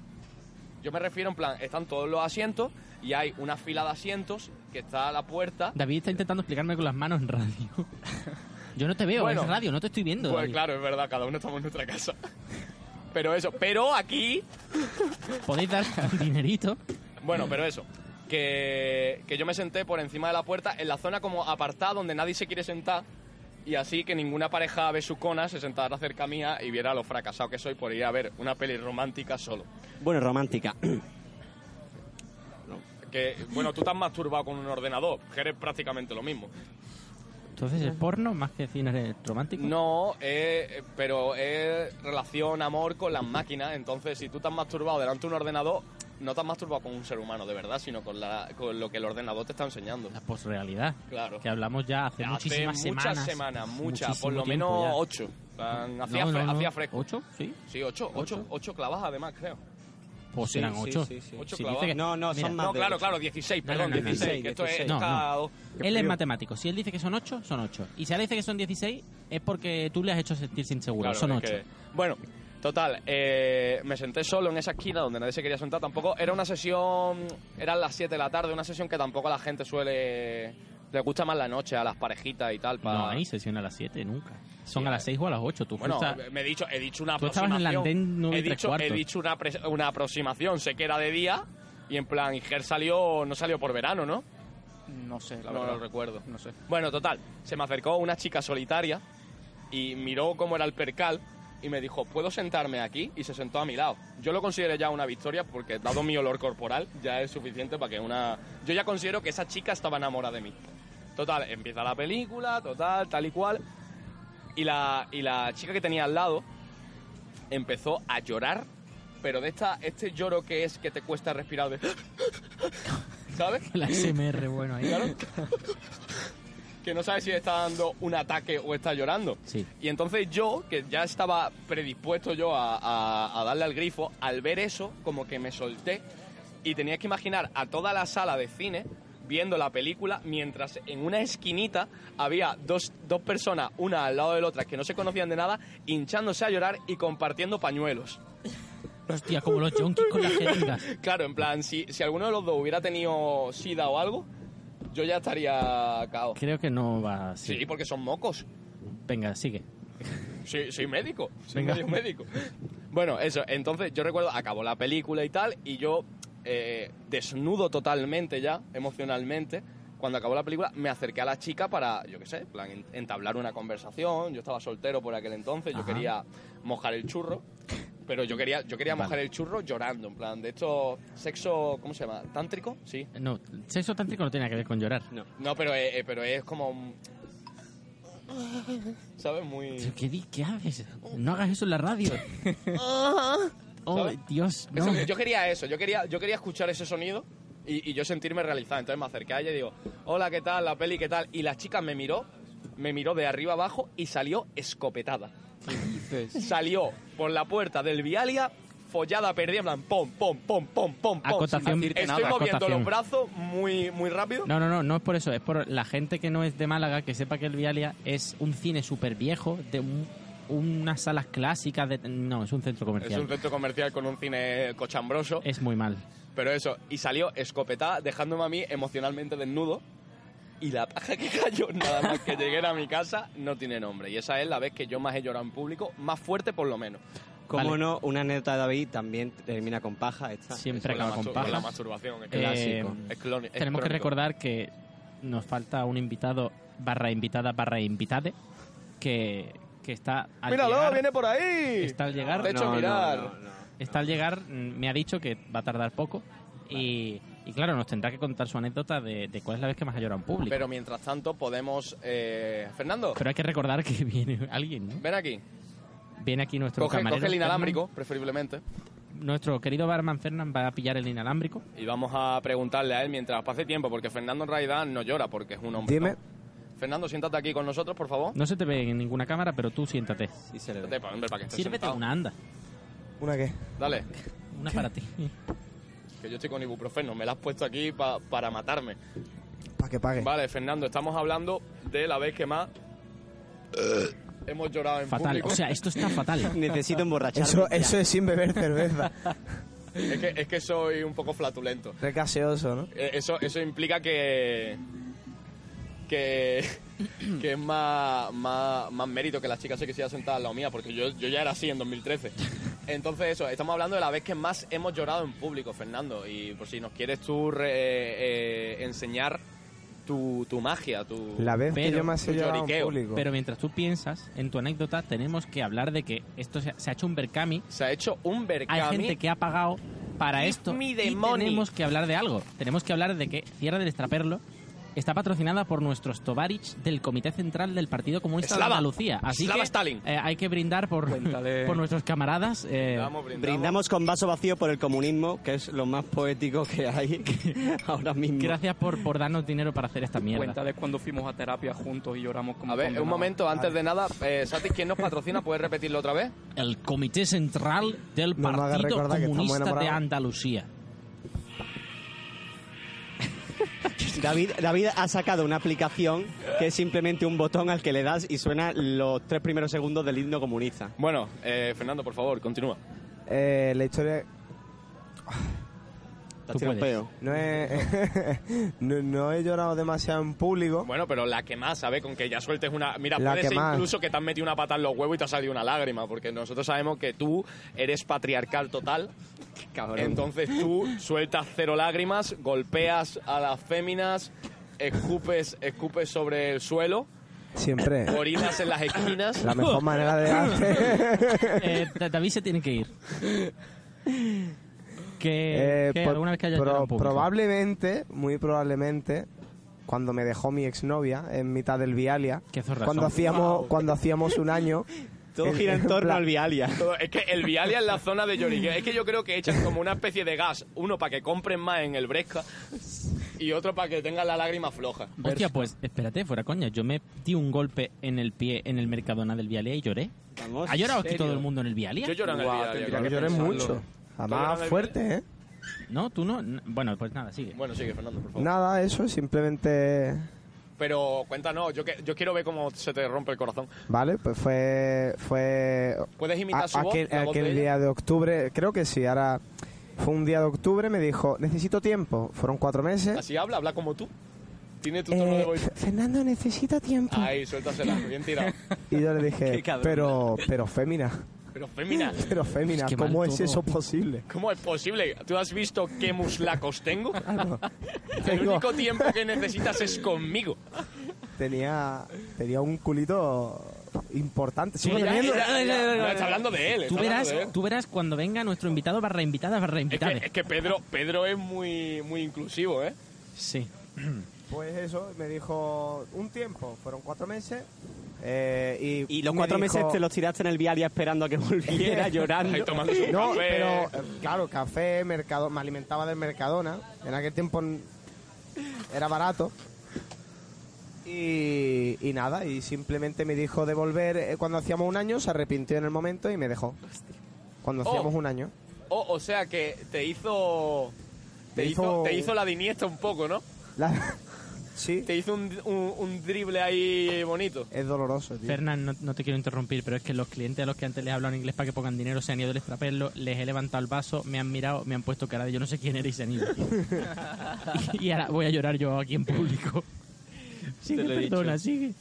B: Yo me refiero en plan, están todos los asientos y hay una fila de asientos que está a la puerta.
C: David está intentando explicarme con las manos en radio. Yo no te veo,
B: Bueno.
C: es radio, no te estoy viendo.
B: Pues
C: David.
B: claro, es verdad, cada uno estamos en nuestra casa. Pero eso, pero aquí
C: Podéis dar un dinerito.
B: Bueno, pero eso. Que, que yo me senté por encima de la puerta en la zona como apartada donde nadie se quiere sentar. Y así que ninguna pareja besucona se sentara cerca mía y viera lo fracasado que soy por ir a ver una peli romántica solo.
D: Bueno, romántica.
B: Que, bueno, tú estás masturbado con un ordenador, que eres prácticamente lo mismo.
C: Entonces, ¿es porno más que cine romántico?
B: No, eh, eh, pero es relación, amor con las máquinas. Entonces, si tú estás masturbado delante de un ordenador, no estás masturbado con un ser humano de verdad, sino con, la, con lo que el ordenador te está enseñando.
C: La posrealidad.
B: Claro.
C: Que hablamos ya hace,
B: Hace
C: muchísimas semanas.
B: muchas semanas, muchas,
C: Muchísimo
B: por lo
C: tiempo
B: menos
C: ya.
B: ocho. Plan, Hacía,
C: No,
B: fre-
C: no, no.
B: hacía fresco.
C: ¿Ocho? Sí.
B: Sí, ocho, ocho, ocho, clavas además, creo.
C: Pues
D: Sí,
C: eran
D: sí,
C: ocho.
D: sí, sí.
B: Ocho
C: Sí,
B: clavos.
C: dice que-
D: No, no,
C: Mira.
D: son más.
B: No,
D: de
B: claro,
D: ocho.
B: claro, 16,
C: No, no,
B: perdón,
C: no, no,
B: 16,
D: 16,
B: que esto es
D: 16.
C: No,
B: cada-
C: Él es matemático. Si él dice que son ocho, son ocho. Y si él dice que son 16, es porque tú le has hecho sentirse inseguro.
B: Claro,
C: son
B: es
C: ocho.
B: que- Bueno, total, eh, me senté solo en esa esquina donde nadie se quería sentar tampoco. Era una sesión, eran las 7 de la tarde, una sesión que tampoco a la gente suele... Le gusta más la noche a las parejitas y tal. para
C: No hay sesión a las 7, nunca. Son a las 6 o a las 8. Tú
B: eh. Bueno, eh,
C: fuiste-
B: me he dicho, he dicho una
C: Tú estabas en
B: aproximación.
C: el andén nueve y
B: he
C: tres
B: dicho, he
C: cuartos.
B: dicho una, pres- una aproximación. Sé que era de día, Y en plan, y Ger salió, no salió por verano, ¿no?
E: No sé, la
B: no
E: verdad.
B: lo recuerdo.
E: No sé.
B: Bueno, total, se me acercó una chica solitaria y miró cómo era el percal y me dijo, ¿puedo sentarme aquí? Y se sentó a mi lado. Yo lo consideré ya una victoria porque dado mi olor corporal ya es suficiente para que una... Yo ya considero que esa chica estaba enamorada de mí. Total, empieza la película, total, tal y cual. Y la, y la chica que tenía al lado empezó a llorar, pero de esta, este lloro que es que te cuesta respirar de... ¿Sabes?
C: La SMR, bueno, ahí.
B: Claro. que no sabe si está dando un ataque o está llorando.
C: Sí.
B: Y entonces yo, que ya estaba predispuesto yo a, a- a darle al grifo, al ver eso, como que me solté y tenía que imaginar a toda la sala de cine viendo la película mientras en una esquinita había dos, dos personas, una al lado de la otra, que no se conocían de nada, hinchándose a llorar y compartiendo pañuelos.
C: Hostia, como los yonkis con las jeringas.
B: Claro, en plan, si, si alguno de los dos hubiera tenido sida o algo, yo ya estaría cao.
C: Creo que no va así.
B: Sí, porque son mocos.
C: Venga, sigue.
B: Soy, soy médico, soy
C: Venga.
B: medio médico. Bueno, eso, entonces yo recuerdo, acabó la película y tal, y yo, eh, desnudo totalmente ya, emocionalmente, cuando acabó la película, me acerqué a la chica para, yo qué sé, en plan, en- entablar una conversación. Yo estaba soltero por aquel entonces, yo
C: Ajá.
B: quería mojar el churro, pero yo quería, yo quería mojar el churro llorando, en plan, de esto, sexo, ¿cómo se llama? ¿Tántrico? Sí.
C: No, sexo tántrico no tiene nada que ver con llorar.
B: No, pero, eh, eh, pero es como... un- ¿Sabes? Muy...
C: Tío, ¿Qué, di- qué haces? No hagas eso en la radio. oh,
B: ¿Sabes?
C: Dios, no.
B: Eso que- yo quería eso, yo quería, yo quería escuchar ese sonido y, y yo sentirme realizado. Entonces me acerqué a ella y digo, hola, ¿qué tal? La peli, ¿qué tal? Y la chica me miró, me miró de arriba abajo y salió escopetada. Salió por la puerta del Vialia, follada, perdida, en plan, pom, pom, pom, pom, pom, pom.
C: Acotación.
B: Sin- Estoy
C: Nada,
B: moviendo
C: acotación.
B: los brazos muy, muy rápido.
C: No, no, no, no es por eso. Es por la gente que no es de Málaga, que sepa que el Vialia es un cine súper viejo, de un- unas salas clásicas. De, no, es un centro
B: Es
C: comercial.
B: un centro comercial con un cine cochambroso.
C: Es muy mal.
B: Pero eso, y salió escopetada, dejándome a mí emocionalmente desnudo. Y la paja que cayó nada más que llegué a mi casa no tiene nombre. Y esa es la vez que yo más he llorado en público, más fuerte por lo menos.
D: Como
C: Vale.
D: no, una anécdota de David también termina con paja. Esta.
C: Siempre
B: Con la
C: acaba con
B: mastur- con la
C: paja.
B: masturbación. Es
C: Eh,
B: clásico. Es cloni- es
C: Tenemos
B: crónico.
C: que recordar que nos falta un invitado barra invitada barra invitade que, que está al
B: ¡Míralo,
C: llegar,
B: viene por ahí!
C: está al llegar
B: De hecho, mirar.
C: está al llegar mm, me ha dicho que va a tardar poco y, y claro nos tendrá que contar su anécdota de, de cuál es la vez que más ha llorado en público pero,
B: Pero mientras tanto podemos... eh, Fernando,
C: hay que recordar que viene alguien ¿no?
B: ven aquí.
C: viene aquí nuestro
B: Coge,
C: camarero
B: coge el
C: Fernán.
B: inalámbrico, preferiblemente.
C: nuestro querido barman Fernán va a pillar el inalámbrico
B: Y vamos a preguntarle a él mientras pase tiempo, porque Fernando en realidad no llora, porque es un hombre.
F: Dime.
B: ¿no? Fernando, siéntate aquí con nosotros, por favor.
C: no se te ve en ninguna cámara pero tú siéntate
D: Y se le ve.
B: Siéntate, pa- hombre, para que estés
C: sírvete
B: sentado.
C: una anda
F: ¿Una qué?
B: Dale.
C: una para ti
B: Que yo estoy con ibuprofeno, me la has puesto aquí pa- para matarme.
F: Para que pague.
B: Vale, Fernando, estamos hablando de la vez que más hemos llorado en
C: fatal
B: público.
C: o sea esto está fatal
D: Necesito emborracharme.
F: Eso,
D: ya.
F: eso es sin beber cerveza.
B: es, que, es que soy un poco flatulento.
F: Recaseoso, ¿no?
B: Eh, Eso, eso implica que. que. que es más, más, más mérito que las chicas se quisieran sentar al lado mía, porque yo, yo ya era así en 2013. Entonces, eso, estamos hablando de la vez que más hemos llorado en público, Fernando. Y por si nos quieres tú re- eh, enseñar tu, tu magia, tu.
F: La vez que
C: Pero-
F: yo más he
B: Un
F: llevado en
B: lloriqueo.
F: público.
C: Pero mientras tú piensas en tu anécdota, tenemos que hablar de que esto se, se ha hecho un Berkami.
B: Se ha hecho un
C: Hay
B: Berkami.
C: gente que ha pagado para
B: Give
C: esto.
B: me
C: y
B: the money.
C: tenemos que hablar de algo. Tenemos que hablar de que Cierra del Estraperlo está patrocinada por nuestros Tovarich del Comité Central del Partido Comunista
B: Eslava.
C: de Andalucía. Así
B: Eslava
C: que
B: Stalin.
C: eh, hay que brindar por,
E: Cuéntale.
C: por nuestros camaradas. eh,
B: Brindamos, brindamos.
D: Brindamos con vaso vacío por el comunismo, que es lo más poético que hay ahora mismo.
C: gracias por, por darnos dinero para hacer esta mierda.
E: Cuéntales cuando fuimos a terapia juntos y lloramos como
B: A ver, un
E: condenados.
B: momento, antes de nada, eh, Satis, ¿quién nos patrocina? ¿Puedes repetirlo otra vez?
C: El Comité Central del
F: No me hagas
C: Partido
F: recordar que estamos
C: Comunista de
F: enamorados.
C: Andalucía.
D: David, David ha sacado una aplicación que es simplemente un botón al que le das y suena los tres primeros segundos del himno comunista.
B: Bueno, eh, Fernando, por favor, continúa.
F: Eh, la historia.
D: Te
C: Tú
D: has tirado un
C: puedes.
D: peo.
H: No he, no, no he llorado demasiado en público.
B: Bueno, pero la que más, ¿sabes? Con que ya sueltes una... Mira,
H: La
B: puede
H: que
B: ser
H: más.
B: incluso que te han metido una pata en los huevos y te ha salido una lágrima, porque nosotros sabemos que tú eres patriarcal total, entonces tú sueltas cero lágrimas, golpeas a las féminas, escupes, escupes sobre el suelo,
H: Siempre.
B: orinas en las esquinas...
H: La mejor manera de hacer.
C: Eh, Da- David se tiene que ir. Que,
H: Eh,
C: que
H: pro-
C: alguna vez que haya
H: pro-
C: llorado en público.
H: probablemente, muy probablemente, cuando me dejó mi exnovia en mitad del Vialia,
C: Qué zorrazón.
H: cuando hacíamos cuando hacíamos un año,
D: Todo
H: En-
D: gira en
H: en
D: torno
H: plan-
D: al Vialia.
B: Todo- Es que el Vialia es la zona de Llorique. Es que yo creo que echan como una especie de gas. Uno para que compren más en el Bresca y otro para que tengan la lágrima floja.
C: Hostia, pues espérate, fuera coña. Yo me di un golpe en el pie en el Mercadona del Vialia y lloré.
D: Vamos,
C: ¿Ha llorado
D: ¿en
C: aquí
D: serio?
C: todo el mundo en el Vialia?
B: Yo lloro en el
E: Guau,
B: Vialia.
E: tendría
H: yo
E: que
H: lloré
E: pensarlo.
H: mucho. Además,
B: Todo-
H: fuerte, ¿eh?
C: No, tú no. N- Bueno, pues nada, sigue.
B: Bueno, sigue, Fernando, por favor.
H: Nada, eso, simplemente...
B: Pero cuéntanos, yo, que- yo quiero ver cómo se te rompe el corazón.
H: Vale, pues fue... fue
B: ¿Puedes imitar su voz,
H: aquel,
B: la voz
H: aquel
B: de ella?
H: día de octubre, creo que sí, ahora... Fue un día de octubre, me dijo, necesito tiempo. Fueron cuatro meses.
B: Así habla, habla como tú. Tiene tu tono de
H: Eh,
B: voz.
H: F- Fernando, necesito tiempo.
B: Ahí, suéltasela, bien tirado.
H: Y yo le dije,
D: Qué cabrón.
H: pero, pero fémina,
B: Pero fémina,
H: pero fémina,
C: Es que mal
H: ¿cómo es
C: todo.
H: eso posible?
B: ¿cómo es posible? ¿Tú has visto qué muslacos tengo? El
H: Ah, Tengo-
B: único tiempo que necesitas es conmigo.
H: tenía, tenía un culito importante. Sigo
B: Ya,
H: teniendo.
B: ya, ya, ya. Está hablando de él. está
C: Tú
D: pues,
B: hablando
C: verás,
B: de él.
C: tú verás cuando venga nuestro invitado barra invitada
B: Es
C: barra
B: que,
C: invitada.
B: es que Pedro, Pedro es muy, muy inclusivo, ¿eh?
C: Sí.
H: Pues eso, me dijo un tiempo, fueron cuatro meses. eh, y,
D: Y los
H: me
D: cuatro
H: dijo-
D: meses te los tiraste en el Vialia esperando a que volviera llorando.
B: Ahí tomando su
H: No,
B: café.
H: pero eh, claro, café, mercado, me alimentaba del Mercadona. En aquel tiempo n- era barato. Y, y nada, y simplemente me dijo de volver eh, cuando hacíamos un año, se arrepintió en el momento y me dejó. Cuando
B: Oh.
H: hacíamos un año.
B: O, o sea que te hizo... Te
H: Me
B: hizo,
H: hizo-
B: te hizo la diniestra un poco, ¿no?
H: La- sí,
B: Te hizo un, un- un drible ahí bonito.
H: es doloroso, tío.
C: Fernán, no, no te quiero interrumpir, pero es que los clientes a los que antes les he hablado en inglés para que pongan dinero se han ido del extraperlo, les he levantado el vaso, me han mirado, me han puesto cara de yo no sé quién era y se han ido. y ahora voy a llorar yo aquí en público. Sigue,
D: lo he dicho.
C: perdona, sigue.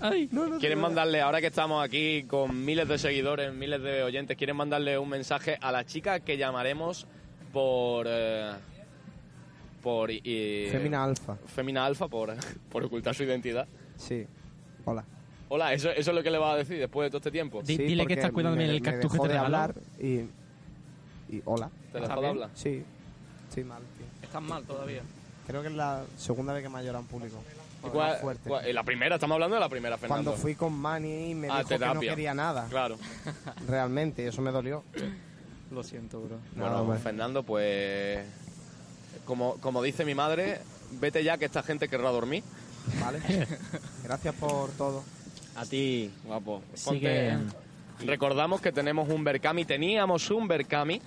C: Ay, no,
B: ¿Quieren mandarle, ahora que estamos aquí con miles de seguidores, miles de oyentes, quieren mandarle un mensaje a la chica que llamaremos por... eh, por... eh,
H: Femina alfa,
B: Femina Alfa, por, por ocultar su identidad.
H: sí. Hola.
B: Hola, eso, eso es lo que le vas a decir después de todo este tiempo.
C: Di-
H: Sí,
C: dile que
H: porque
C: estás cuidando
H: me-
C: bien el
H: me
C: cactus que
H: dejó
C: te
H: de
C: regaló.
H: hablar y, y hola.
B: ¿Te la
E: ¿Está
B: puedo
E: bien?
B: hablar?
H: Sí, estoy mal, tío.
E: Estás mal todavía.
H: Creo que es la segunda vez que me ha llorado en público.
B: ¿Y
H: Más
B: cuál-
H: fuerte.
B: cuál- eh, la primera, estamos hablando de la primera, Fernando.
H: Cuando fui con Manny y me
B: Ah,
H: dijo que no
B: terapia.
H: quería nada,
B: Claro.
H: realmente, y eso me dolió.
E: Lo siento, bro.
B: Bueno,
H: hombre.
B: Fernando, pues. Como, como dice mi madre, vete ya que esta gente querrá dormir.
H: Vale. Gracias por todo.
D: A ti, guapo.
C: Sigue.
B: Recordamos que tenemos un Berkami, teníamos un Berkami,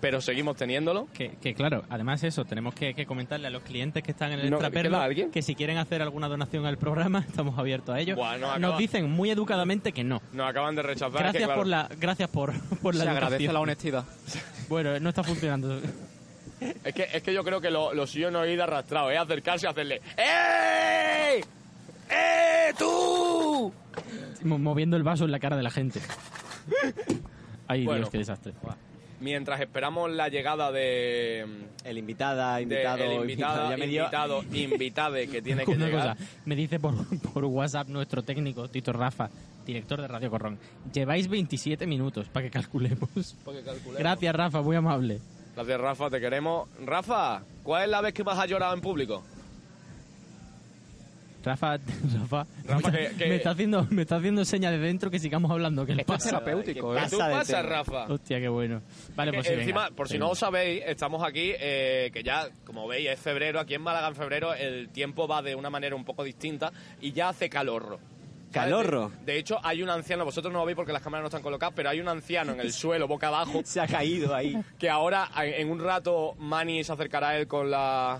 B: pero seguimos teniéndolo.
C: Que, que claro, además eso, tenemos que, que comentarle a los clientes que están en el
B: No,
C: extraperlo
B: ¿queda alguien?
C: que si quieren hacer alguna donación al programa, estamos abiertos a ello.
B: Buah, no, acaba-
C: Nos dicen muy educadamente que no.
B: Nos acaban de rechazar.
C: Gracias
B: que, claro,
C: por la, gracias por, por la
E: Se agradece
C: educación.
E: la honestidad.
C: Bueno, no está funcionando.
B: es, que, es que yo creo que lo, lo suyo no es ir arrastrado, es acercarse y hacerle ¡Ey! ¡Eh, tú!
C: Mo- moviendo el vaso en la cara de la gente. Ay,
B: Bueno.
C: Dios, qué desastre.
B: Mientras esperamos la llegada de,
D: El invitada,
B: de
D: invitado,
B: el invitado,
D: Ya me dio-
B: invitado, invitade que tiene que
C: Una
B: llegar.
C: cosa, me dice por, por WhatsApp nuestro técnico, Tito Rafa, director de Radio Corrón, lleváis 27 minutos para que
B: Pues
C: calculemos. Gracias, Rafa, muy amable.
B: Gracias, Rafa, te queremos. Rafa, ¿cuál es la vez que más has llorado en público?
C: Rafa, Rafa,
B: Rafa,
C: me, está,
B: que- que-
C: me está haciendo, me está haciendo señas de dentro que sigamos hablando. ¿Qué le
E: Esto es
C: pasa?
E: terapéutico,
D: ¿Qué
E: ¿eh?
B: ¿Qué tú
D: Pasa de
B: pasa,
D: tema.
B: Rafa?
C: Hostia, qué bueno. Vale, pues sí,
B: Eh, encima,
C: venga.
B: por si no lo sabéis, estamos aquí, eh, que ya, como veis, es febrero. Aquí en Málaga, en febrero, el tiempo va de una manera un poco distinta y ya hace calorro. ¿Sabes?
D: ¿Calorro?
B: De, de hecho, hay un anciano, vosotros no lo veis porque las cámaras no están colocadas, pero hay un anciano en el suelo, boca abajo,
D: Se ha caído ahí.
B: que ahora, en en un rato, Manny se acercará a él con la...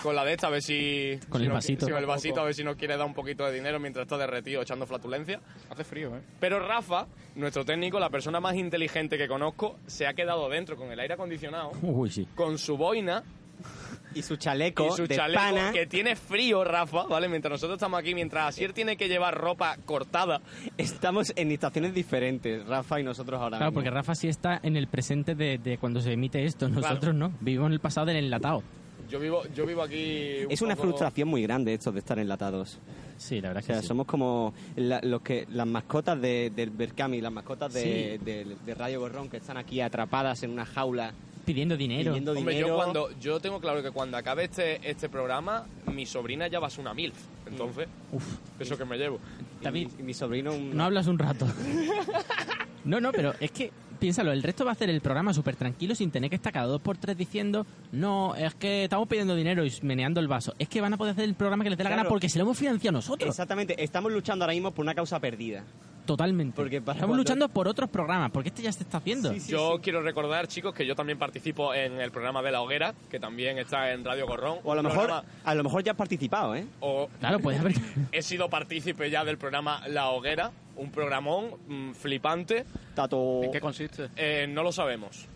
B: Con la de esta, a ver si.
C: Con
B: si
C: el
B: nos-
C: vasito.
B: si Con el vasito, a ver si nos quiere dar un poquito de dinero mientras está derretido echando flatulencia.
E: Hace frío, ¿eh?
B: Pero Rafa, nuestro técnico, la persona más inteligente que conozco, se ha quedado dentro con el aire acondicionado,
C: Uy, sí.
B: con su boina
D: Y su chaleco
B: y su
D: de
B: chaleco,
D: pana.
B: que tiene frío, Rafa, ¿vale? Mientras nosotros estamos aquí, mientras Asier tiene que llevar ropa cortada.
D: Estamos en estaciones diferentes, Rafa y nosotros ahora
C: Claro,
D: mismo.
C: porque Rafa sí está en el presente de, de cuando se emite esto. Nosotros no. Vivimos en el pasado del enlatado.
B: Yo vivo, yo vivo aquí. un
D: Es una
B: poco-
D: frustración muy grande esto de estar enlatados.
C: Sí, la
D: O
C: verdad
D: sea,
C: que sí.
D: somos como la- los que las mascotas de, del Berkami, las mascotas de,
C: Sí.
D: de- de Radio Gorrón que están aquí atrapadas en una jaula
C: Pidiendo dinero.
D: pidiendo
B: Hombre,
D: dinero.
B: yo cuando yo tengo claro que cuando acabe este este programa, mi sobrina ya va a ser una milf. Entonces,
D: Mm.
C: Uf.
B: eso que me llevo.
D: y
C: David,
D: mi, y mi sobrino un-
C: no hablas un rato. No, no, pero es que piénsalo, el resto va a hacer el programa súper tranquilo sin tener que estar cada dos por tres diciendo no, es que estamos pidiendo dinero y meneando el vaso. Es que van a poder hacer el programa que les dé la gana
D: Claro.
C: porque se lo hemos financiado nosotros.
D: Exactamente, estamos luchando ahora mismo por una causa perdida.
C: Totalmente.
D: Porque para
C: Estamos
D: cuando-
C: luchando por otros programas, porque este ya se está haciendo.
B: yo quiero recordar, chicos, que yo también participo en el programa de La Hoguera, que también está en Radio Gorrón.
D: O a lo
B: Un
D: mejor,
B: programa-
D: a lo mejor ya has participado, ¿eh?
B: o
C: Claro, puedes haber...
B: he sido partícipe ya del programa La Hoguera, un programón mm, flipante.
D: Tato.
E: ¿En qué consiste?
B: Eh, no lo sabemos.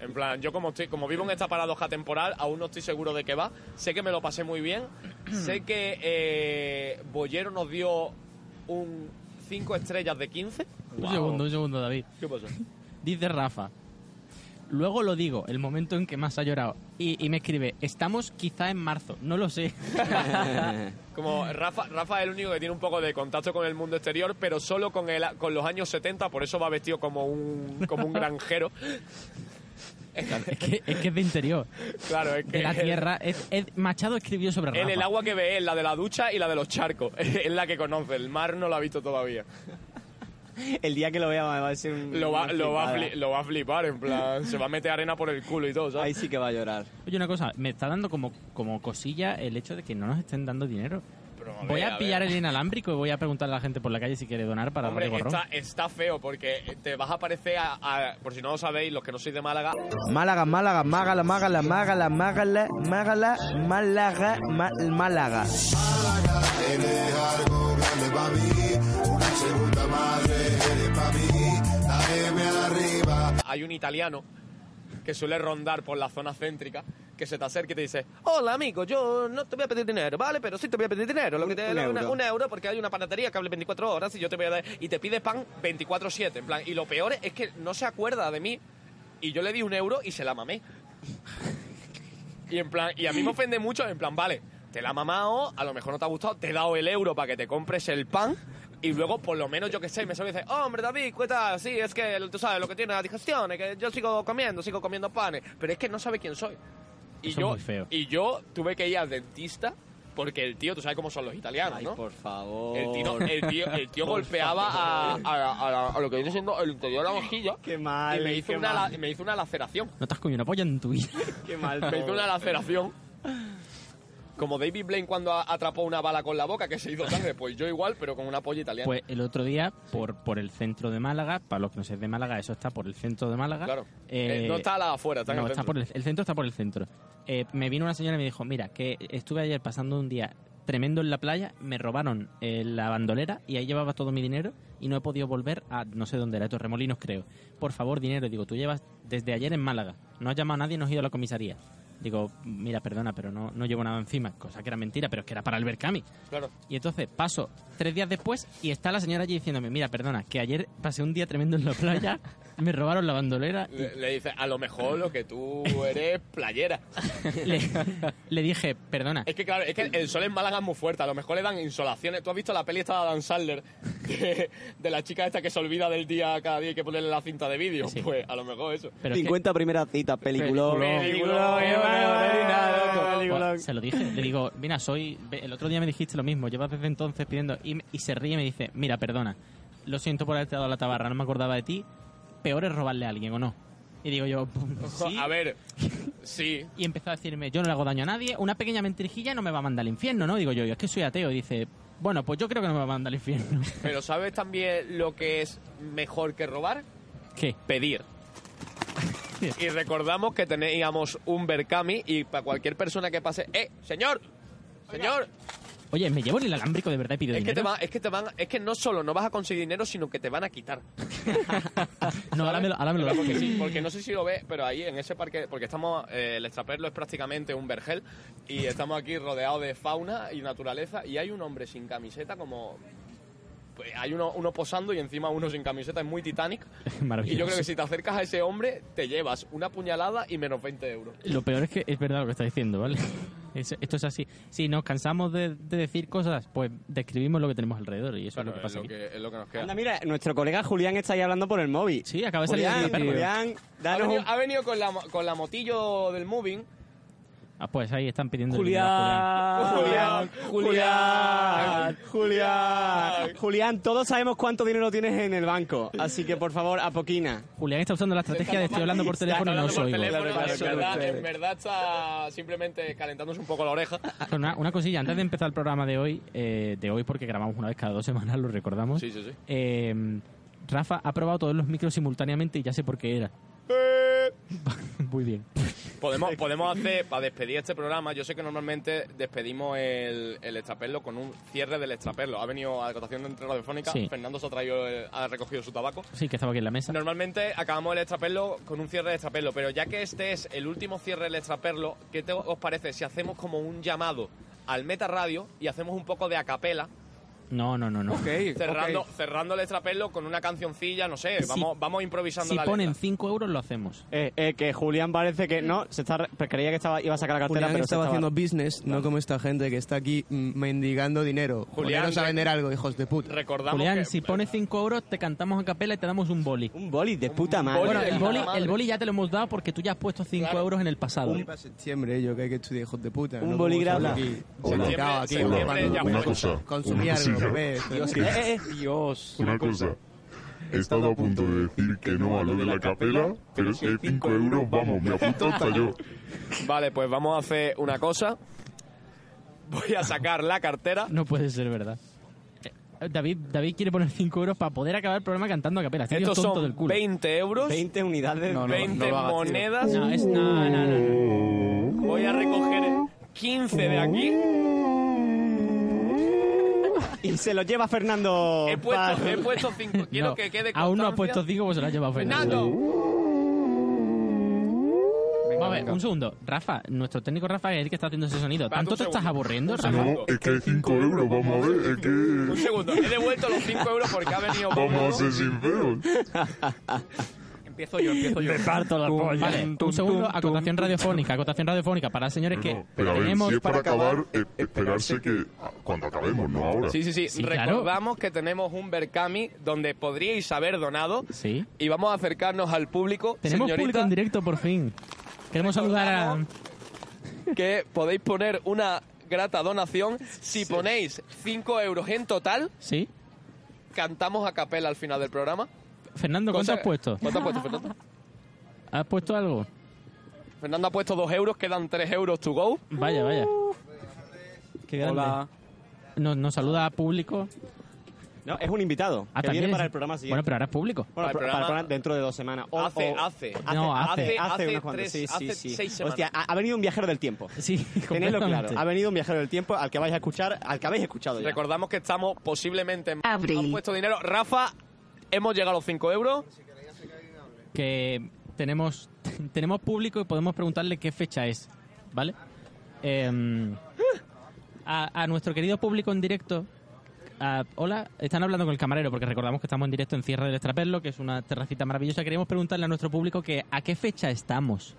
B: En plan, yo como, estoy, como vivo en esta paradoja temporal, aún no estoy seguro de qué va. Sé que me lo pasé muy bien. Sé que eh, Bollero nos dio un 5 estrellas de 15.
C: Un segundo, un segundo, David.
B: ¿Qué pasó?
C: Dice Rafa. Luego lo digo, el momento en que más ha llorado. Y, y me escribe, estamos quizá en marzo, no lo sé.
B: Como Rafa, Rafa es el único que tiene un poco de contacto con el mundo exterior, pero solo con, el, con los años 70, por eso va vestido como un, como un granjero.
C: es, que, es que es de interior,
B: Claro, es que
C: de la
B: él-
C: tierra. Es, es- Machado escribió sobre Rafa.
B: él el agua que ve es la de la ducha y la de los charcos. Es la que conoce, el mar no lo ha visto todavía.
D: El día que lo vea va a ser un.
B: Lo va,
D: una
B: lo, va a
D: flipada.
B: fli- lo va a flipar, en plan, se va a meter arena por el culo y todo,
D: Ahí
B: ¿sabes?
D: sí que va a llorar.
C: Oye, una cosa, me está dando como, como cosilla el hecho de que no nos estén dando dinero.
B: Pero, ver,
C: Voy a,
B: ver.
C: pillar el inalámbrico y voy a preguntar a la gente por la calle si quiere donar para
B: Hombre,
C: Radio Gorrón.
B: está, está feo porque te vas a parecer a, a- Por si no lo sabéis, los que no sois de Málaga,
F: Málaga, Málaga, Mágala, Mágala, Mágala, Mágala, Mágala, Málaga, Ma- Málaga.
B: hay un italiano que suele rondar por la zona céntrica que se te acerca y te dice: Hola, amigo, yo no te voy a pedir dinero, ¿vale? Pero sí te voy a pedir dinero. Lo que te
D: un
B: una-
D: euro.
B: un euro porque hay una panadería que hable 24 horas y yo te voy a dar. Y te pide pan 24-7. En plan, y lo peor es que no se acuerda de mí y yo le di un euro y se la mamé. Y en plan, y a mí me ofende mucho, en plan, vale, te la ha mamado, a lo mejor no te ha gustado, te he dado el euro para que te compres el pan. Y luego, por lo menos, yo que sé, me sale y dice, hombre, David, cuenta, sí, es que tú sabes lo que tiene la digestión, es que yo sigo comiendo, sigo comiendo panes, pero es que no sabe quién soy. Y
C: Eso es
B: yo,
C: muy feo.
B: y yo tuve que ir al dentista porque el tío, tú sabes cómo son los italianos,
D: Ay,
B: ¿no?
D: por favor.
B: El tío, el tío, el tío golpeaba a, a- a la- a lo que viene siendo el interior de la mejilla
D: Qué mal.
B: y me hizo,
D: qué
B: una, la-
D: mal,
B: y me hizo una laceración.
C: No te has comido una polla en tu vida.
D: qué mal.
B: Me hizo una laceración. Como David Blaine cuando a- atrapó una bala con la boca que se hizo sangre, pues yo igual, pero con una polla italiana.
C: Pues el otro día, por, por el centro de Málaga, para los que no seáis de Málaga, eso está por el centro de Málaga.
B: claro.
C: Eh,
B: Eh, no está a la afuera, está en
C: no,
B: el
C: está
B: centro.
C: por el, el centro está por el centro. Eh, me vino una señora y me dijo, mira, que estuve ayer pasando un día tremendo en la playa, me robaron eh, la bandolera y ahí llevaba todo mi dinero y no he podido volver a no sé dónde era, Torremolinos creo. Por favor, dinero. Y Digo, tú llevas desde ayer en Málaga. No has llamado a nadie, no has ido a la comisaría. Digo, mira, perdona, pero no, no llevo nada encima. Cosa que era mentira, pero es que era para el Berkami.
B: Claro.
C: Y entonces paso tres días después y está la señora allí diciéndome, mira, perdona, que ayer pasé un día tremendo en la playa, me robaron la bandolera
B: Le, le dice, a lo mejor lo que tú eres playera.
C: le, le dije, perdona.
B: Es que claro, es que el sol en Málaga es muy fuerte, a lo mejor le dan insolaciones. ¿Tú has visto la peli esta de Adam Sandler de, de la chica esta que se olvida del día cada día y que ponerle la cinta de vídeo?
C: Sí.
B: Pues a lo mejor eso.
C: Pero es que-
D: 50 primeras citas, película.
B: Peliculón, eh, vale, vale, nada,
C: Buah, se lo dije, le digo, mira, soy. ve, El otro día me dijiste lo mismo, llevas desde entonces pidiendo. Y, y se ríe y me dice, mira, perdona, lo siento por haberte dado la tabarra, no me acordaba de ti. Peor es robarle a alguien, ¿o no? Y digo yo, sí.
B: A ver, sí,
C: Y empezó a decirme, yo no le hago daño a nadie, una pequeña mentirijilla no me va a mandar al infierno, ¿no? Digo yo, yo es que soy ateo. Y dice, bueno, pues yo creo que no me va a mandar al infierno.
B: pero ¿sabes también lo que es mejor que robar?
C: ¿Qué?
B: pedir.
C: hostia.
B: Y recordamos que teníamos un Berkami y para cualquier persona que pase, ¡eh, señor! Señor,
C: Oye, me llevo el inalámbrico de verdad y pido
B: es que, te
C: dinero.
B: va- es que te van, es que no solo no vas a conseguir dinero, sino que te van a quitar.
C: No, ahora me lo, ahora me lo
B: Pero
C: das.
B: porque, sí, porque no sé si lo ves, pero ahí en ese parque, porque estamos, eh, el extraperlo es prácticamente un vergel y estamos aquí rodeados de fauna y naturaleza y hay un hombre sin camiseta como... pues, hay uno, uno posando y encima uno sin camiseta, es muy Titanic. Y
C: Maravilloso.
B: yo creo que si te acercas a ese hombre, te llevas una puñalada y menos 20 euros.
C: Lo peor es que es verdad lo que está diciendo, ¿vale? Eso- esto es así. Si nos cansamos de, de decir cosas, pues describimos lo que tenemos alrededor y eso
B: Claro,
C: es lo que
B: es,
C: pasa
B: lo
C: aquí.
B: que, es lo que nos queda.
D: Anda, mira, nuestro colega Julián está ahí hablando por el móvil.
C: Sí, acaba de salir el
D: Julián,
C: inalámbrico.
D: Julián,
B: Ha
D: danos
B: venido,
D: un...
B: ha venido con, la, mo- con la motillo del moving.
C: Ah, pues ahí están pidiendo el dinero a
D: Julián, Julián,
B: Julián,
D: Julián, Julián, todos sabemos cuánto dinero tienes en el banco, así que por favor, apoquina.
C: Julián. Julián está usando la estrategia de estoy hablando por teléfono y no
B: Hablando
C: os
B: por
C: oigo.
B: teléfono,
F: Claro, claro,
B: en,
F: claro,
B: verdad,
F: claro.
B: en verdad está simplemente calentándose un poco la oreja.
C: Pues Una, una cosilla, antes de empezar el programa de hoy, eh, de hoy porque grabamos una vez cada dos semanas, lo recordamos.
B: Sí, sí, sí.
C: eh, Rafa ha probado todos los micros simultáneamente y ya sé por qué era.
B: Eh.
C: Muy bien.
B: Podemos, podemos hacer, para despedir este programa, yo sé que normalmente despedimos el, el extraperlo con un cierre del extraperlo. Ha venido a la cotación de entre radiofónica,
C: Sí.
B: Fernando se ha traído, el- ha recogido su tabaco.
C: Sí, que estaba aquí en la mesa.
B: Normalmente acabamos el extraperlo con un cierre de extraperlo, pero ya que este es el último cierre del extraperlo, ¿qué te, os parece si hacemos como un llamado al Meta Radio y hacemos un poco de acapela,
C: No, no, no, no.
E: Ok,
B: cerrando,
E: ok.
B: cerrando el extraperlo con una cancioncilla, no sé,
C: Si-
B: vamos, vamos improvisando
C: Si
B: la
C: ponen
B: letra.
C: 5 euros lo hacemos.
D: Eh, eh, que Julián parece que no, se está re- pues creía que estaba iba a sacar la cartera,
F: Julián
D: pero se
F: estaba
D: estaba-
F: haciendo business, no como esta gente que está aquí mm, mendigando dinero.
B: Julián,
F: Poneros a
B: re-
F: vender algo, hijos de puta.
B: Recordamos
C: Julián,
B: que-
C: si pones 5 euros te cantamos a capela y te damos un boli.
D: un boli de puta madre.
B: boli
C: Bueno,
B: de
C: el
B: puta
C: boli,
B: madre.
C: el boli ya te lo hemos dado porque tú ya has puesto 5
B: Claro.
C: euros en el pasado.
F: Para septiembre, yo que hay que estudiar, hijos de puta.
D: Un
F: no
D: bolígrafo.
F: como estamos aquí,
I: Hola.
F: volcados aquí,
B: Septiembre,
F: cuando-
B: ya
I: Una
B: fue.
I: cosa,
F: Consumir
I: una
F: algo,
I: cosilla,
F: bebé.
D: Eh, eh,
E: Dios.
I: una cosa. He estado a punto de decir que no a lo de la capela, pero si hay 5 euros, vamos, me apunto hasta yo.
B: Vale, pues vamos a hacer una cosa. Voy a sacar la cartera.
C: No puede ser verdad. Eh, David, David quiere poner 5 euros para poder acabar el programa cantando a capela. Este tío es
B: Estos
C: tonto del
B: son
C: culo.
B: 20 euros, 20,
D: ¿20 unidades.
E: No, no, no lo hagas, tío.
B: monedas.
C: No, es, no, no, no, no.
B: Voy a recoger 15 de aquí.
D: Y se lo lleva Fernando.
B: He puesto, he puesto 5. Quiero
C: No,
B: que quede
C: Aún no ha puesto
B: constancia.
C: 5, pues se lo ha llevado Fernando.
B: Fernando,
E: Venga,
C: Vamos a ver,
E: venga.
C: un segundo. Rafa, nuestro técnico Rafa es el que está haciendo ese sonido.
B: Date
C: ¿Tanto
B: un
C: te estás
B: segundo.
C: aburriendo,
B: Un
C: Rafa?
I: No, es que hay 5 euros, vamos a ver, es
B: un
I: que...
B: segundo. He devuelto los 5 euros porque ha venido
I: Vamos a
B: Pablo.
I: ser sinceros.
E: Empiezo yo, empiezo yo.
C: Vale, un segundo. Acotación radiofónica. Acotación radiofónica para señores que
I: No, pero a ver,
C: tenemos
I: si es
C: para acabar...
I: eh, esperarse que... ah, Cuando acabemos, no ahora.
B: Sí, sí, sí.
C: Sí, claro.
B: Recordamos que tenemos un Berkami donde podríais haber donado.
C: Sí.
B: Y vamos a acercarnos al público.
C: Tenemos
B: Señorita,
C: público en directo por fin. Queremos saludar a...
B: que podéis poner una grata donación. Si ponéis 5 euros en total,
C: ¿Sí?
B: cantamos a capela al final del programa.
C: Fernando, ¿cuánto
B: Cosa-
C: has puesto?
B: ¿Cuánto has puesto, Fernando?
C: ¿Has puesto algo?
B: Fernando ha puesto 2 euros, quedan 3 euros to go.
C: Vaya, vaya. Qué grande.
E: Hola.
C: Nos, nos saluda a público.
D: No, es un invitado.
C: Ah,
D: que
C: también
D: viene
C: es-
D: para el programa siguiente.
C: Bueno, pero ahora es público.
D: Bueno,
B: Para el
D: pro-
B: programa-
D: para el programa dentro de dos semanas. O-
B: Hace,
D: o- eh,
B: hace.
C: No, hace.
D: hace,
B: hace
D: unas
B: tres-
D: cuantas. Sí, sí,
B: hace
D: sí.
B: seis semanas.
D: Hostia, ha, ha venido un viajero del tiempo.
C: Sí,
D: Tenedlo
C: completamente.
D: claro. Ha venido un viajero del tiempo al que vais a escuchar, al que habéis escuchado ya.
B: Recordamos que estamos posiblemente en
J: Abril.
B: Han puesto dinero. Rafa, hemos llegado a los 5 euros.
C: Que tenemos, tenemos público y podemos preguntarle qué fecha es. ¿Vale? Em, a, a nuestro querido público en directo. a- hola, están hablando con el camarero porque recordamos que estamos en directo en Cierre del Estraperlo, que es una terracita maravillosa. Queremos preguntarle a nuestro público que a qué fecha estamos.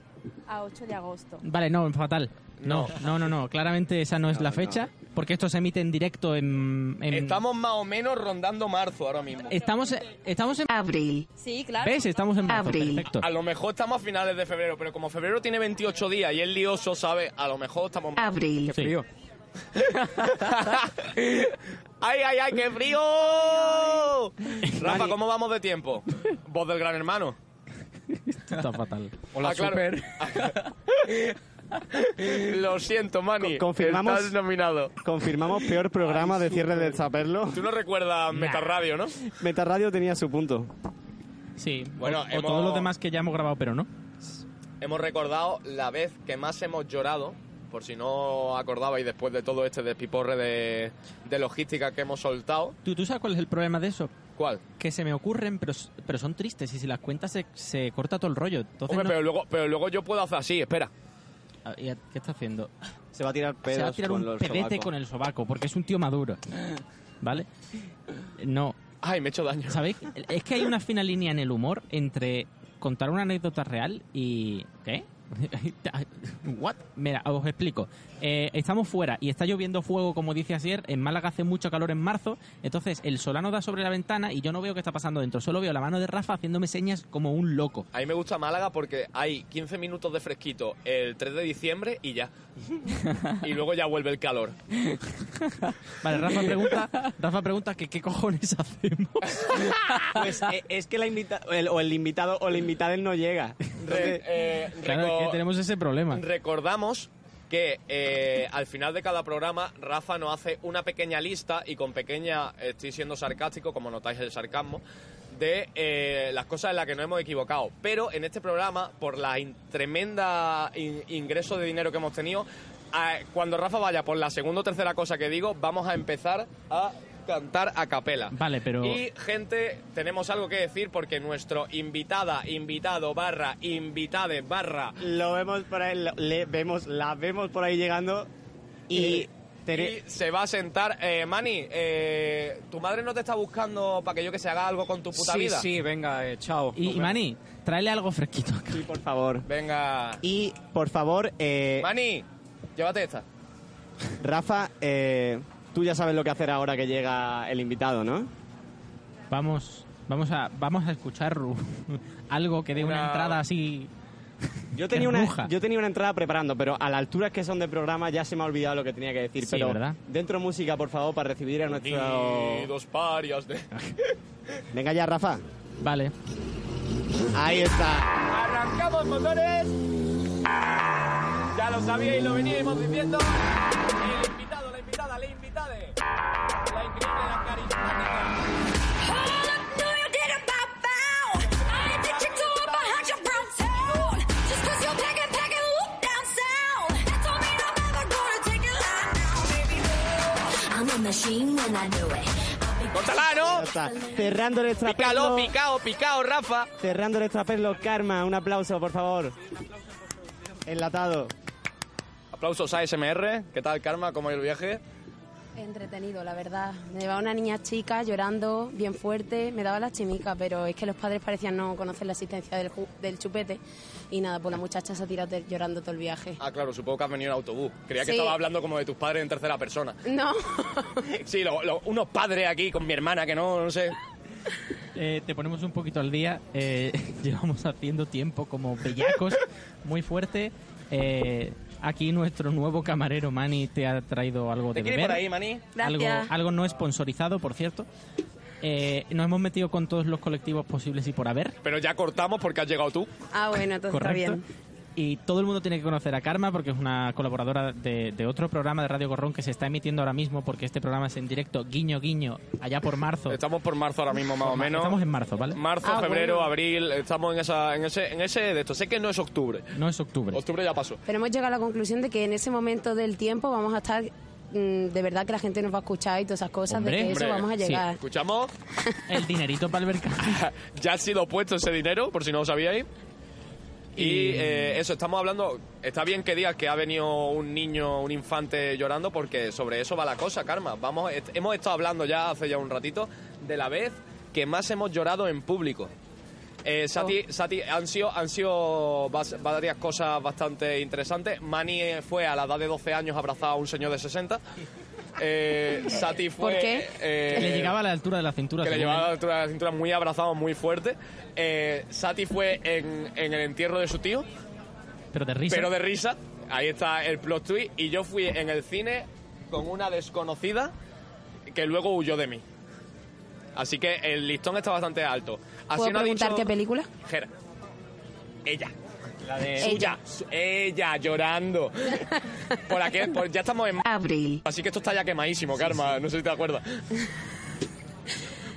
K: a 8 de agosto.
C: Vale, no, fatal. No, no, no, no. Claramente esa no es la fecha, porque esto se emite en directo en... en-
B: Estamos más o menos rondando marzo ahora mismo.
C: Estamos, estamos en...
J: abril,
K: Sí, claro.
C: ¿Ves? Estamos en marzo,
J: Abril.
C: perfecto.
B: A lo mejor estamos a finales de febrero, pero como febrero tiene 28 días y es lioso, ¿sabes? A lo mejor estamos...
J: abril,
C: Sí.
E: Tío,
B: ¡Ay, ay, ay, qué frío! Rafa, ¿cómo vamos de tiempo? Voz del gran hermano.
C: Está fatal.
E: Hola,
B: Ah, claro.
E: super.
B: Lo siento, Manny.
D: Co- confirmamos.
B: Estás nominado.
D: Confirmamos peor programa de cierre de saberlo.
B: Tú no recuerdas Metarradio, ¿no?
D: Metarradio tenía su punto.
C: Sí,
B: Bueno,
C: o, o
B: hemos-
C: todos los demás que ya hemos grabado, pero no.
B: Hemos recordado la vez que más hemos llorado, por si no acordabais después de todo este despiporre de, de logística que hemos soltado.
C: ¿Tú, ¿Tú sabes cuál es el problema de eso?
B: ¿Cuál?
C: Que se me ocurren, pero, s- pero son tristes y si las cuentas se, se corta todo el rollo. Entonces
B: Hombre,
C: no-
B: pero, luego, pero luego yo puedo hacer así, espera.
C: Ah, ¿y a- ¿Qué está haciendo?
D: Se va a tirar pedos
C: se va a tirar
D: con
C: un
D: los
C: pedete
D: sobacos.
C: con el sobaco porque es un tío maduro. ¿Vale? No.
B: Ay, me he hecho daño.
C: ¿Sabéis? Es que hay una fina línea en el humor entre contar una anécdota real y... ¿Qué? ¿What? Mira, os explico. Eh, estamos fuera y está lloviendo fuego, como dice Asier. En Málaga hace mucho calor en marzo. Entonces el solano da sobre la ventana y yo no veo qué está pasando dentro. Solo veo la mano de Rafa haciéndome señas como un loco.
B: A mí me gusta Málaga porque hay 15 minutos de fresquito el 3 de diciembre y ya. y luego ya vuelve el calor.
C: Vale, Rafa pregunta, Rafa pregunta que qué cojones hacemos.
D: Pues eh, es que la invita el- o el invitado o la invitada no llega.
B: Re- eh,
C: Claro, es que
B: reco-
C: tenemos ese problema.
B: Recordamos que eh, al final de cada programa Rafa nos hace una pequeña lista y con pequeña estoy siendo sarcástico, como notáis el sarcasmo, de eh, las cosas en las que nos hemos equivocado. Pero en este programa, por la in- tremenda in- ingreso de dinero que hemos tenido, a- cuando Rafa vaya por la segunda o tercera cosa que digo, vamos a empezar a cantar a capela.
C: Vale, pero-
B: Y, gente, tenemos algo que decir porque nuestro invitada, invitado, barra, invitade, barra,
D: Lo vemos por ahí, lo- le vemos, la vemos por ahí llegando y, Eh, tere-
B: Y se va a sentar. Eh, Mani, eh, ¿tu madre no te está buscando para que yo que se haga algo con tu puta
E: sí,
B: vida?
E: sí, venga, eh, chao. Nos
C: Y, y
E: vemos.
C: Mani, tráele algo fresquito.
D: y por favor.
B: Venga.
D: Y por favor, eh,
B: Mani, llévate esta.
D: Rafa, eh, tú ya sabes lo que hacer ahora que llega el invitado, ¿no?
C: Vamos, vamos a, vamos a escuchar Ru. algo que dé una,
B: Una-
C: entrada así.
D: Yo tenía,
C: Qué
D: una,
C: bruja.
D: yo tenía una entrada preparando, pero a la altura que son de programa ya se me ha olvidado lo que tenía que decir.
C: Sí,
D: pero
C: ¿verdad?
D: dentro música, por favor, para recibir a nuestro...
B: dos parias de.
D: Venga ya, Rafa.
C: Vale.
D: Ahí está.
B: ¡Arrancamos motores! Ya lo sabíais, lo veníamos diciendo. El invitado, la invitada, la invitada. La increíble, la carismática.
J: Machine and I do it.
B: ¡Córtala,
D: Ya
B: no!
D: está. Cerrando el
B: Pícalo,
D: extraperlo.
B: picao, picao, Rafa.
D: Cerrando el extraperlo, Karma. Un aplauso, por favor. Enlatado.
B: Aplausos a SMR. ¿Qué tal, Karma? ¿Cómo ha ido el viaje?
K: Entretenido, la verdad. Me llevaba una niña chica llorando bien fuerte, me daba la chimica, pero es que los padres parecían no conocer la existencia del, ju- del chupete. Y nada, pues la muchacha se ha tirado de- llorando todo el viaje.
B: Ah, claro, supongo que has venido en autobús. Creía que
K: Sí.
B: estaba hablando como de tus padres en tercera persona.
K: No,
B: Sí, lo- lo- unos padres aquí con mi hermana que no, no sé.
C: Eh, te ponemos un poquito al día. Eh, llevamos haciendo tiempo como bellacos, muy fuerte. Eh, aquí nuestro nuevo camarero Mani te ha traído algo
B: ¿Te
C: de
B: quieres ir
C: beber.
B: por ahí, Mani?
C: algo,
K: Gracias.
C: algo no sponsorizado, por cierto. Eh, nos hemos metido con todos los colectivos posibles y por haber.
B: Pero ya cortamos porque has llegado tú.
K: ah, bueno, entonces está
C: Correcto.
K: bien.
C: Y todo el mundo tiene que conocer a Karma porque es una colaboradora de, de otro programa de Radio Gorrón que se está emitiendo ahora mismo porque este programa es en directo, guiño, guiño, allá por marzo.
B: Estamos por marzo ahora mismo, más o menos.
C: Estamos en marzo, ¿vale?
B: Marzo,
K: Ah,
B: febrero,
K: bueno.
B: abril, estamos en, esa, en, ese, en ese de esto. Sé que no es octubre.
C: No es octubre.
B: Octubre ya pasó.
K: Pero hemos llegado a la conclusión de que en ese momento del tiempo vamos a estar, mm, de verdad que la gente nos va a escuchar y todas esas cosas,
C: Hombre,
K: de que
B: hombre,
K: eso vamos a
C: sí.
K: llegar.
B: ¿Escuchamos?
C: El dinerito para el mercado.
B: ya ha sido puesto ese dinero, por si no lo sabíais. Y eh, eso, estamos hablando. Está bien que digas que ha venido un niño, un infante llorando, porque sobre eso va la cosa, Karma. Vamos, est- hemos estado hablando ya hace ya un ratito de la vez que más hemos llorado en público. Eh, Sati,
K: Oh.
B: Sati, han sido, han sido vas- varias cosas bastante interesantes. Mani eh, fue a la edad de 12 años abrazado a un señor de 60. Eh, Sati fue.
K: ¿Por qué?
B: eh,
C: Que le llegaba a la altura de la cintura.
B: que le
C: según
B: llevaba
C: él.
B: la altura de la cintura muy abrazado, muy fuerte. Eh, Sati fue en, en el entierro de su tío,
C: pero de risa.
B: pero de risa. Ahí está el plot twist. Y yo fui en el cine con una desconocida que luego huyó de mí. Así que el listón está bastante alto. Así
K: ¿Puedo
B: no ha
K: preguntar
B: dicho-
K: qué película?
B: Jera. Ella.
D: La de...
B: Suya. Su- Ella llorando. por aquí, por- ya estamos en
J: Abril.
B: Así que esto está ya quemadísimo, Karma. No sé si te acuerdas.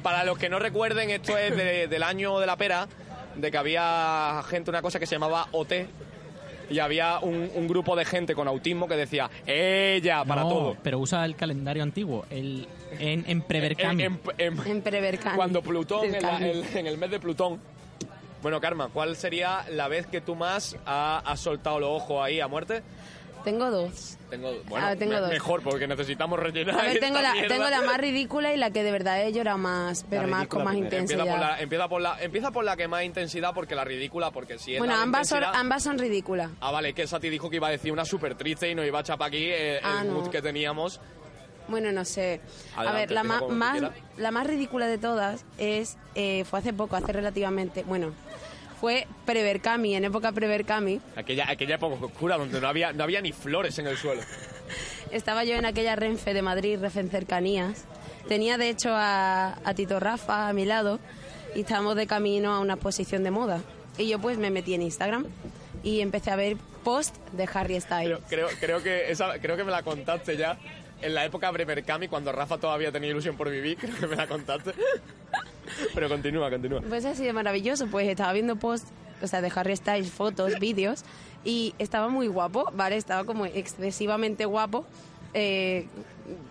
B: Para los que no recuerden, esto es de- del año de la pera. de que había gente, una cosa que se llamaba OT, y había un, un grupo de gente con autismo que decía, ella, para
C: No,
B: todo.
C: Pero usa el calendario antiguo, el en, en
B: En-
C: Preverkami.
B: en- en-
K: En Prevercán.
B: cuando Plutón, en, la-
K: Prevercán.
B: en- en el mes de Plutón. Bueno, Karma, ¿cuál sería la vez que tú más ha- has soltado los ojos ahí a muerte?
K: Tengo dos.
B: Tengo, bueno,
K: Ah, tengo
B: me-
K: dos.
B: mejor, porque necesitamos rellenar
K: A ver,
B: esta
K: tengo la,
B: mierda.
K: tengo la más ridícula y la que de verdad he llorado más, pero más
D: ridícula
K: con más
D: primero.
B: Empieza por,
K: intensidad.
B: la, empieza, por la, empieza por la que más intensidad, porque la ridícula, porque si es
K: Bueno,
B: la de
K: ambas son,
B: intensidad-
K: ambas son ridículas.
B: Ah, vale, que Sati dijo que iba a decir una súper triste y nos iba a chapar aquí eh, el,
K: Ah, no.
B: mood que teníamos.
K: Bueno, no sé. a
B: Adelante,
K: ver, la
B: empieza
K: ma-
B: como tú
K: más,
B: quieras.
K: la más ridícula de todas es eh, fue hace poco, hace relativamente, bueno, fue Prevercami, en época Prevercami.
B: Aquella, aquella época oscura donde no había, no había ni flores en el suelo.
K: Estaba yo en aquella Renfe de Madrid, Renfe en cercanías. Tenía de hecho a, a Tito Rafa a mi lado y estábamos de camino a una exposición de moda. Y yo pues me metí en Instagram y empecé a ver post de Harry Styles.
B: Creo, creo, creo que esa, creo que me la contaste ya en la época Bremercami, cuando Rafa todavía tenía ilusión por vivir. Creo que me la contaste. Pero continúa, continúa.
K: Pues ha sido maravilloso, pues estaba viendo post, o sea, de Harry Styles, fotos, vídeos, y estaba muy guapo, ¿vale? Estaba como excesivamente guapo, eh,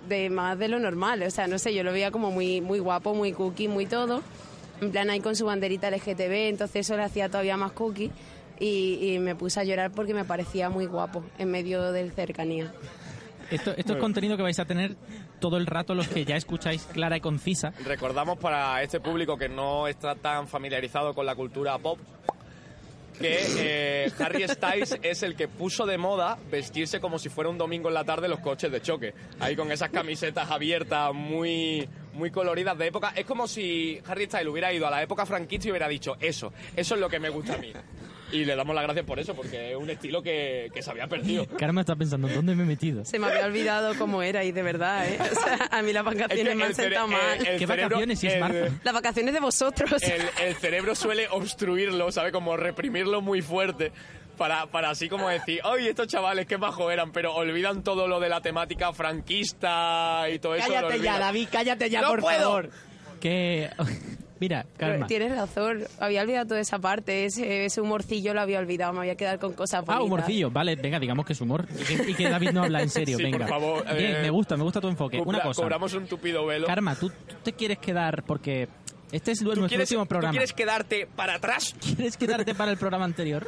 K: de más de lo normal, o sea, no sé, yo lo veía como muy, muy guapo, muy cookie, muy todo, en plan ahí con su banderita LGTB, entonces eso le hacía todavía más cookie, y, y me puse a llorar porque me parecía muy guapo en medio del cercanía.
C: Esto, esto es contenido que vais a tener todo el rato los que ya escucháis clara y concisa.
B: Recordamos para este público que no está tan familiarizado con la cultura pop que eh, Harry Styles es el que puso de moda vestirse como si fuera un domingo en la tarde los coches de choque. Ahí con esas camisetas abiertas muy muy coloridas de época. Es como si Harry Styles hubiera ido a la época franquista y hubiera dicho eso, eso es lo que me gusta a mí. Y le damos las gracias por eso, porque es un estilo que, que se había perdido.
C: Karma está pensando, ¿dónde me he metido?
K: Se me había olvidado cómo era y de verdad, ¿eh? O sea, a mí las vacaciones me han
B: el cere-
K: sentado mal.
B: el- el
C: ¿Qué
B: cerebro-
C: vacaciones si es
B: el-
C: marzo?
K: Las vacaciones de vosotros.
B: el, el cerebro suele obstruirlo, ¿sabe? Como reprimirlo muy fuerte. Para, para así como decir, ¡ay, estos chavales qué bajo eran! Pero olvidan todo lo de la temática franquista y todo eso. lo
D: Cállate ya,
B: olvidan.
D: David, cállate ya,
B: ¡No
D: por
B: puedo!
D: favor.
C: Que... Mira,
K: Pero
C: Karma.
K: Tienes razón, había olvidado toda esa parte, ese, ese humorcillo lo había olvidado, me había quedado con cosas
C: Ah,
K: bonitas.
C: humorcillo. Vale, venga, digamos que es humor. Y que, y que David no habla en serio,
B: Sí,
C: venga.
B: por favor, eh,
C: Bien, me gusta, me gusta tu enfoque.
B: Cobra-
C: Una cosa.
B: Cobramos un tupido velo.
C: Karma, ¿tú, tú te quieres quedar porque este es nuestro
B: quieres,
C: último
B: tú
C: programa.
B: quieres quedarte para atrás?
C: ¿Quieres quedarte para el programa anterior?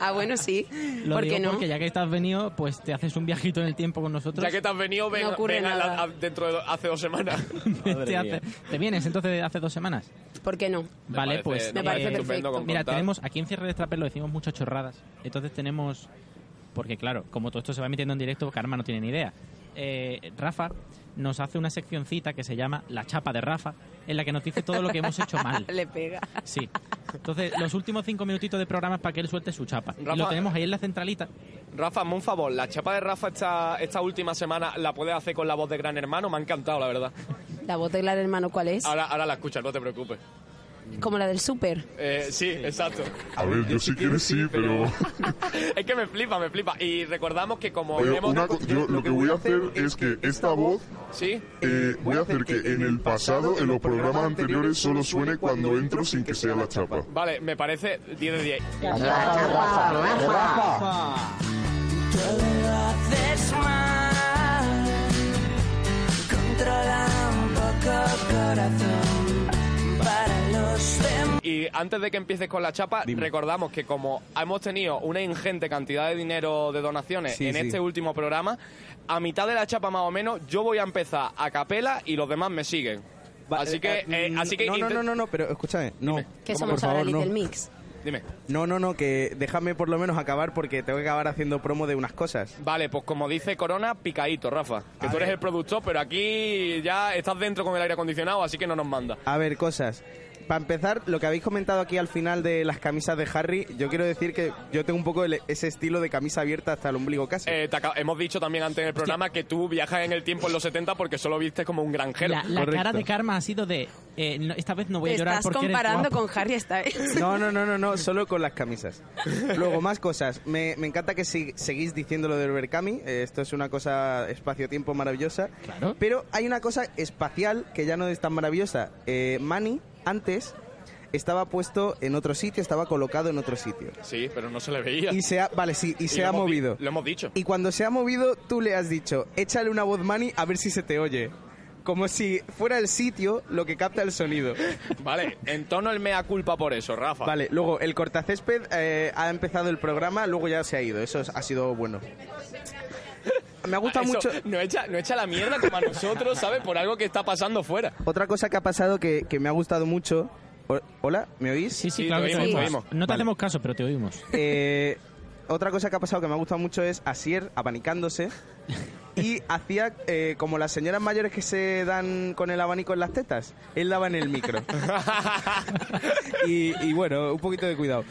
K: Ah, bueno, sí,
C: Lo
K: ¿por qué
C: digo
K: no?
C: porque ya que estás venido, pues te haces un viajito en el tiempo con nosotros.
B: Ya que te has venido, ven,
K: No ocurre
B: ven a la-
K: nada.
B: a- dentro de do- hace dos semanas.
C: te,
D: Madre
C: hace-
D: mía.
C: te vienes entonces de hace dos semanas.
K: ¿Por qué no?
B: parece-
C: Vale, pues.
B: me
K: parece
B: estupendo
K: perfecto.
B: con
C: Mira,
B: contar.
C: tenemos aquí en cierre de Strapper lo decimos muchas chorradas. Entonces tenemos. Porque claro, como todo esto se va emitiendo en directo, Karma no tiene ni idea. Eh, Rafa nos hace una seccioncita que se llama La chapa de Rafa, en la que nos dice todo lo que hemos hecho mal.
K: Le pega.
C: Sí. Entonces, los últimos cinco minutitos de programa es para que él suelte su chapa. Y
B: Rafa-
C: lo tenemos ahí en la centralita.
B: Rafa, hazme un favor, la chapa de Rafa esta, esta última semana la puedes hacer con la voz de Gran Hermano, me ha encantado, la verdad.
K: ¿La voz del hermano cuál es?
B: Ahora, ahora la escuchas, no te preocupes.
K: Como la del súper.
B: Eh, sí, exacto.
I: A ver, yo si quieres sí, pero...
B: es que me flipa, me flipa. Y recordamos que como
I: pero
B: hemos-
I: una co- yo lo que voy a hacer es que esta voz
B: Sí,
I: eh, voy a hacer que en el pasado, en los programas anteriores, solo suene cuando entro sin que sea la chapa.
B: vale, me parece 10 de 10. Y antes de que empieces con la chapa, recordamos que como hemos tenido una ingente cantidad de dinero de donaciones en este último programa, a mitad de la chapa más o menos, yo voy a empezar a capela y los demás me siguen.
F: Va-
B: así que,
F: eh,
B: eh,
F: mm,
B: así que
F: No, no,
B: inte-
F: no, no, no, pero escúchame. No,
K: Que
F: por
K: somos ahora
F: favor, no.
K: Little Mix.
B: Dime.
F: No, no, no, que déjame por lo menos acabar porque tengo que acabar haciendo promo de unas cosas.
B: Vale, pues como dice Corona, picadito, Rafa. Que
F: A
B: tú eres
F: ver.
B: el productor, pero aquí ya estás dentro con el aire acondicionado, así que no nos manda.
F: A ver, cosas. Para empezar, lo que habéis comentado aquí al final de las camisas de Harry, yo quiero decir que yo tengo un poco el- ese estilo de camisa abierta hasta el ombligo casi.
B: Eh, te aca- hemos dicho también antes en el programa que tú viajas en el tiempo en los 70 porque solo viste como un granjero.
C: La, la
F: Correcto.
C: cara de Karma ha sido de. eh, no, esta vez no voy a
K: Te
C: llorar
K: estás
C: porque eres
K: comparando
C: guapo.
K: con Harry Styles.
F: No, no, no, no, no, solo con las camisas. Luego, más cosas. Me, me encanta que sig- seguís diciendo lo del Berkami. eh, esto es una cosa espacio-tiempo maravillosa.
C: Claro.
F: Pero hay una cosa espacial que ya no es tan maravillosa. Eh, Manny, antes, estaba puesto en otro sitio, estaba colocado en otro sitio.
B: Sí, pero no se le veía.
F: Y se ha, vale, sí, y
B: Y
F: se
B: lo
F: ha
B: hemos di-
F: movido.
B: Lo hemos dicho.
F: Y cuando se ha movido, tú le has dicho, échale una voz Manny a ver si se te oye. Como si fuera el sitio lo que capta el sonido.
B: Vale, en tono el mea culpa por eso, Rafa.
F: Vale, luego el cortacésped eh, ha empezado el programa, luego ya se ha ido. Eso es- ha sido bueno. Me ha gustado
B: Eso,
F: mucho.
B: No echa, no echa la mierda como a nosotros, ¿sabes? Por algo que está pasando fuera.
F: Otra cosa que ha pasado que, que me ha gustado mucho. O- Hola, ¿me oís?
C: Sí, sí,
B: Sí,
C: claro
B: te
C: que
B: oímos,
C: te
B: te
C: oímos.
B: oímos.
C: No te
F: Vale.
C: hacemos caso, pero te oímos.
F: Eh, otra cosa que ha pasado que me ha gustado mucho es Asier abanicándose y hacía eh, como las señoras mayores que se dan con el abanico en las tetas. Él daba en el micro. y, y bueno, un poquito de cuidado.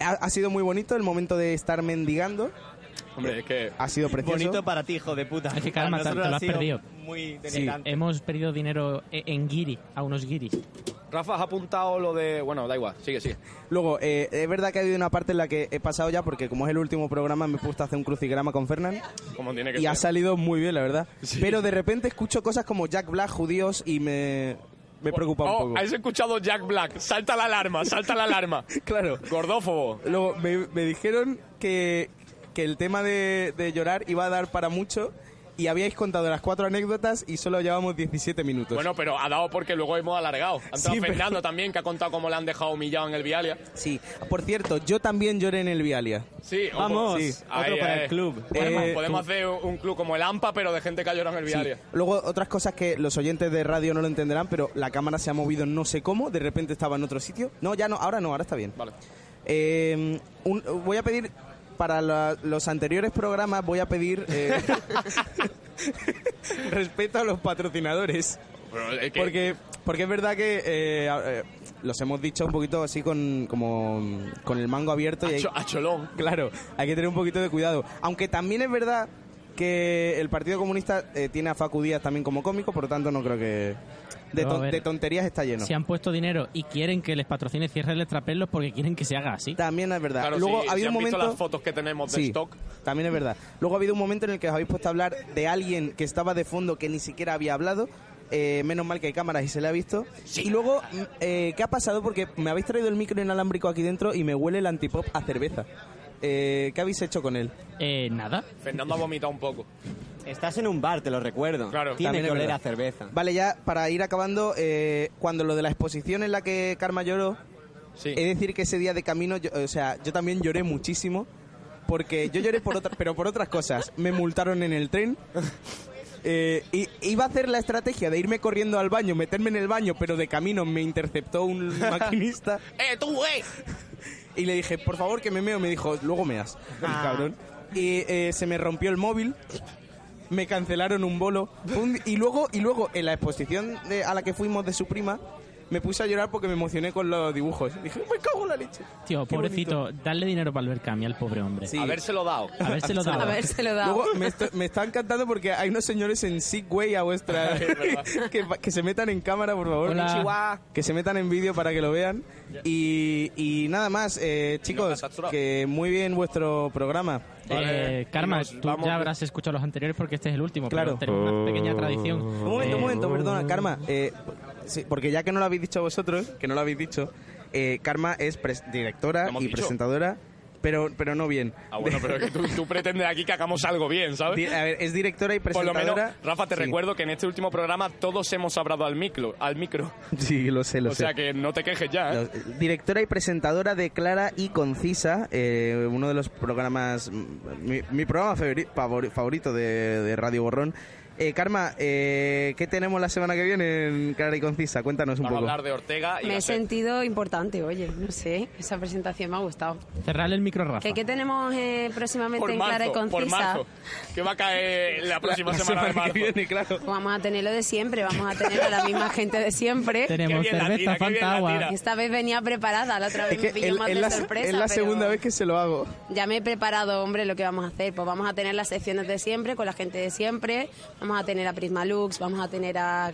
F: Ha, ha sido muy bonito el momento de estar mendigando.
B: Hombre, es que.
F: Ha sido precioso.
D: Bonito para ti, hijo de puta.
C: Es que
D: Para
C: calma, te-
D: nosotros
C: te lo
D: ha
C: has
D: sido
C: perdido.
D: Muy
F: Sí.
D: delirante.
C: Hemos perdido dinero e- en guiri, a unos guiris.
B: Rafa, has apuntado lo de. Bueno, da igual, sigue, sigue.
F: Luego, eh, es verdad que ha habido una parte en la que he pasado ya porque como es el último programa me he puesto a hacer un crucigrama con Fernán.
B: Como tiene que
F: Y ha
B: ser.
F: salido muy bien, la verdad.
B: Sí.
F: Pero de repente escucho cosas como Jack Black, judíos, y me, me preocupa
B: Oh,
F: un poco.
B: Has escuchado Jack Black. Salta la alarma, salta la alarma.
F: Claro.
B: Gordófobo.
F: Luego me, me dijeron que, que el tema de, de llorar iba a dar para mucho y habíais contado las cuatro anécdotas y solo llevamos 17 minutos.
B: Bueno, pero ha dado porque luego hemos alargado. Ha entrado
F: Sí, pero-
B: Fernando también, que ha contado cómo le han dejado humillado en el Vialia.
F: Sí, por cierto, yo también lloré en el Vialia.
B: Sí, ojo.
D: Vamos,
B: Sí.
D: otro para el club.
B: Podemos,
F: Eh,
B: podemos hacer un, un club como el AMPA, pero de gente que ha llorado en el
F: Sí.
B: Vialia.
F: Luego, otras cosas que los oyentes de radio no lo entenderán, pero la cámara se ha movido no sé cómo, de repente estaba en otro sitio. No, ya no, ahora no, ahora está bien.
B: Vale.
F: Eh, un- voy a pedir, para la- los anteriores programas, voy a pedir eh, respeto a los patrocinadores.
B: Pero es que-
F: Porque, porque es verdad que eh, a- eh, los hemos dicho un poquito así con, como, con el mango abierto. y
B: A,
F: hay-
B: cho- a Cholón.
F: Claro, hay que tener un poquito de cuidado. Aunque también es verdad que el Partido Comunista eh, tiene a Facu Díaz también como cómico, por lo tanto no creo que... De,
C: No,
F: ton-
C: a ver.
F: de tonterías está lleno.
C: Si han puesto dinero y quieren que les patrocine cierre el extraperlos porque quieren que se haga así.
F: También es verdad.
B: Claro,
F: Luego
B: si-
F: había
B: si
F: un
B: han
F: momento...
B: visto las fotos que tenemos de
F: Sí,
B: stock.
F: también es verdad. Luego ha habido un momento en el que os habéis puesto a hablar de alguien que estaba de fondo que ni siquiera había hablado. Eh, menos mal que hay cámaras y se le ha visto. Y luego, mm, eh, ¿qué ha pasado? Porque me habéis traído el micro inalámbrico aquí dentro y me huele el antipop a cerveza. Eh, ¿Qué habéis hecho con él?
C: Eh, nada.
B: Fernando ha vomitado un poco.
D: Estás en un bar, te lo recuerdo.
B: Claro.
D: Tiene
F: También
D: que
F: es
D: oler
F: verdad.
D: a cerveza.
F: Vale, ya para ir acabando, eh, cuando lo de la exposición en la que Karma lloró,
B: Sí.
F: he de decir que ese día de camino, yo- o sea, yo también lloré muchísimo, porque yo lloré por otra, pero por otras cosas. Me multaron en el tren. eh, y iba a hacer la estrategia de irme corriendo al baño, meterme en el baño, pero de camino me interceptó un maquinista
B: ¡Eh, tú, eh!
F: y le dije, por favor que me meo. Me dijo, luego meas, el cabrón. Y eh, se me rompió el móvil, me cancelaron un bolo. Fue un- y luego, y luego en la exposición de- a la que fuimos de su prima, me puse a llorar porque me emocioné con los dibujos. Dije, me cago en la leche.
C: Tío,
F: Qué
C: pobrecito, darle dinero para el Berkami al pobre hombre.
F: Sí. Eh,
B: Habérselo dado.
C: A ver si lo Eh,
K: A
C: daba.
K: ver, se lo da.
F: Luego me, esto- me están cantando porque hay unos señores en Segway a vuestra. que, que se metan en cámara, por favor.
C: Hola. Konnichiwa.
F: Que se metan en vídeo para que lo vean. Y, y nada más, eh, chicos,
B: catastro.
F: que muy bien vuestro programa.
B: Vale,
C: Eh, Karma,
B: nos
C: tú
B: vamos-
C: ya habrás escuchado los anteriores porque este es el último.
F: Claro.
C: Pero tenemos una pequeña tradición.
F: Un momento,
C: Eh,
F: un momento, perdona, Karma. eh, sí, porque ya que no lo habéis dicho vosotros, que no lo habéis dicho, eh, Karma es pres-
B: ¿Lo
F: directora
B: hemos
F: y
B: dicho?
F: presentadora, pero, pero no bien.
B: Ah, bueno, pero es que tú, tú pretendes aquí que hagamos algo bien, ¿sabes?
F: Di- a ver, es directora y
B: Por lo
F: presentadora.
B: menos, Rafa, te
F: Sí.
B: recuerdo que en este último programa todos hemos hablado al micro. Al micro.
F: Sí, lo sé, lo
B: o
F: sé.
B: sea que no te quejes ya. ¿eh?
F: Lo- Directora y presentadora de Clara y Concisa, eh, uno de los programas, mm, mi, mi programa favori- favori- favorito de, de Radio Borrón. Eh, Karma, eh, ¿qué tenemos la semana que viene en Clara y Concisa? Cuéntanos un
B: Vamos a
F: poco.
B: hablar de Ortega y
K: Me he
B: Gasset.
K: sentido importante, oye, no sé, esa presentación me ha gustado.
C: Cerrarle el micro, Rafa.
K: ¿Qué, qué tenemos eh, próximamente
B: por
K: en Clara y
B: marzo, por
K: Concisa?
B: marzo. Que va a caer la próxima
F: La
B: semana, de marzo.
F: que viene, claro.
K: Vamos a tener lo de siempre, vamos a tener a la misma gente de siempre.
C: Tenemos
B: Qué bien la
C: cerveza,
B: tira, qué bien
C: Fanta,
B: la
C: agua.
B: tira.
K: Esta vez venía preparada, la otra vez
F: Es que
K: me pilló
F: es
K: más
F: es
K: de
F: la,
K: sorpresa.
F: es la
K: pero
F: segunda vez que se lo hago.
K: Ya me he preparado, hombre, lo que vamos a hacer. Pues vamos a tener las secciones de siempre, con la gente de siempre. Vamos a tener a Prisma Lux, vamos a tener a,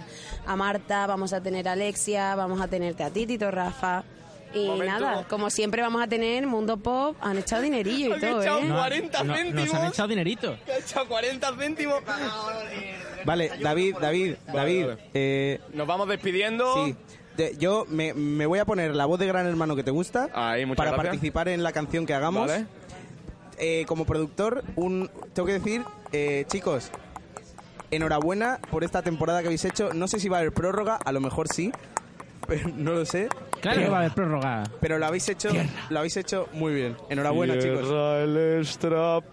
K: a Marta, vamos a tener a Alexia, vamos a tenerte a ti, Tito Rafa. Y
B: Momento.
K: nada, como siempre vamos a tener Mundo Pop, han echado dinerillo y
B: Han
K: todo,
B: echado
K: ¿eh?
C: No,
B: 40
C: no, nos han
B: céntimos.
C: echado dinerito.
B: Que ha echado 40 céntimos.
F: Vale, David, David, David. eh,
L: Nos vamos despidiendo.
F: sí. De- yo me, me voy a poner la voz de Gran Hermano que te gusta
L: Ahí, muchas
F: para
L: gracias.
F: participar en la canción que hagamos.
L: Vale.
F: Eh, como productor, un, tengo que decir, eh, chicos, enhorabuena por esta temporada que habéis hecho. No sé si va a haber prórroga, a lo mejor sí, pero no lo sé.
J: Claro que va a haber prórroga.
F: Pero lo habéis hecho, lo habéis hecho muy bien. Enhorabuena, chicos.
L: Cierra el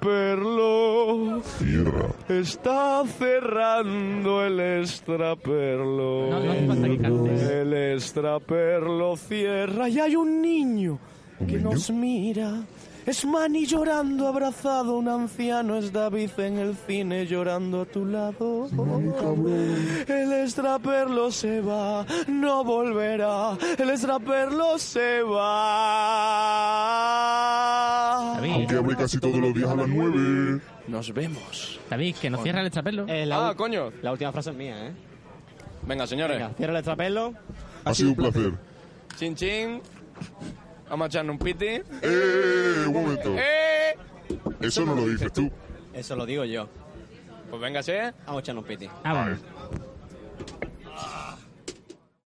L: extraperlo.
I: Tierra.
L: Está cerrando el extraperlo.
J: No, no hace falta que cantes.
L: Pues El extraperlo cierra y hay un niño que nos mira. Es Manny llorando abrazado, un anciano es David en el cine llorando a tu lado. El extraperlo se va, no volverá. El extraperlo se va.
J: David,
I: Aunque abre casi todos los días a las 9.
L: Nos vemos. Ah,
J: David, que nos cierra el extrapelo.
D: Eh, la, u-
L: coño.
D: la última frase es mía, ¿eh?
L: Venga, señores.
D: Venga, cierra el extrapelo.
I: Ha sido un placer.
L: Chin chin. Vamos a echarnos un piti.
I: ¡Eh! Un momento.
L: ¡Eh!
I: Eso no lo dices tú.
D: Eso lo digo yo.
L: Pues véngase.
D: Vamos a echarnos un piti.
J: Ah, bueno.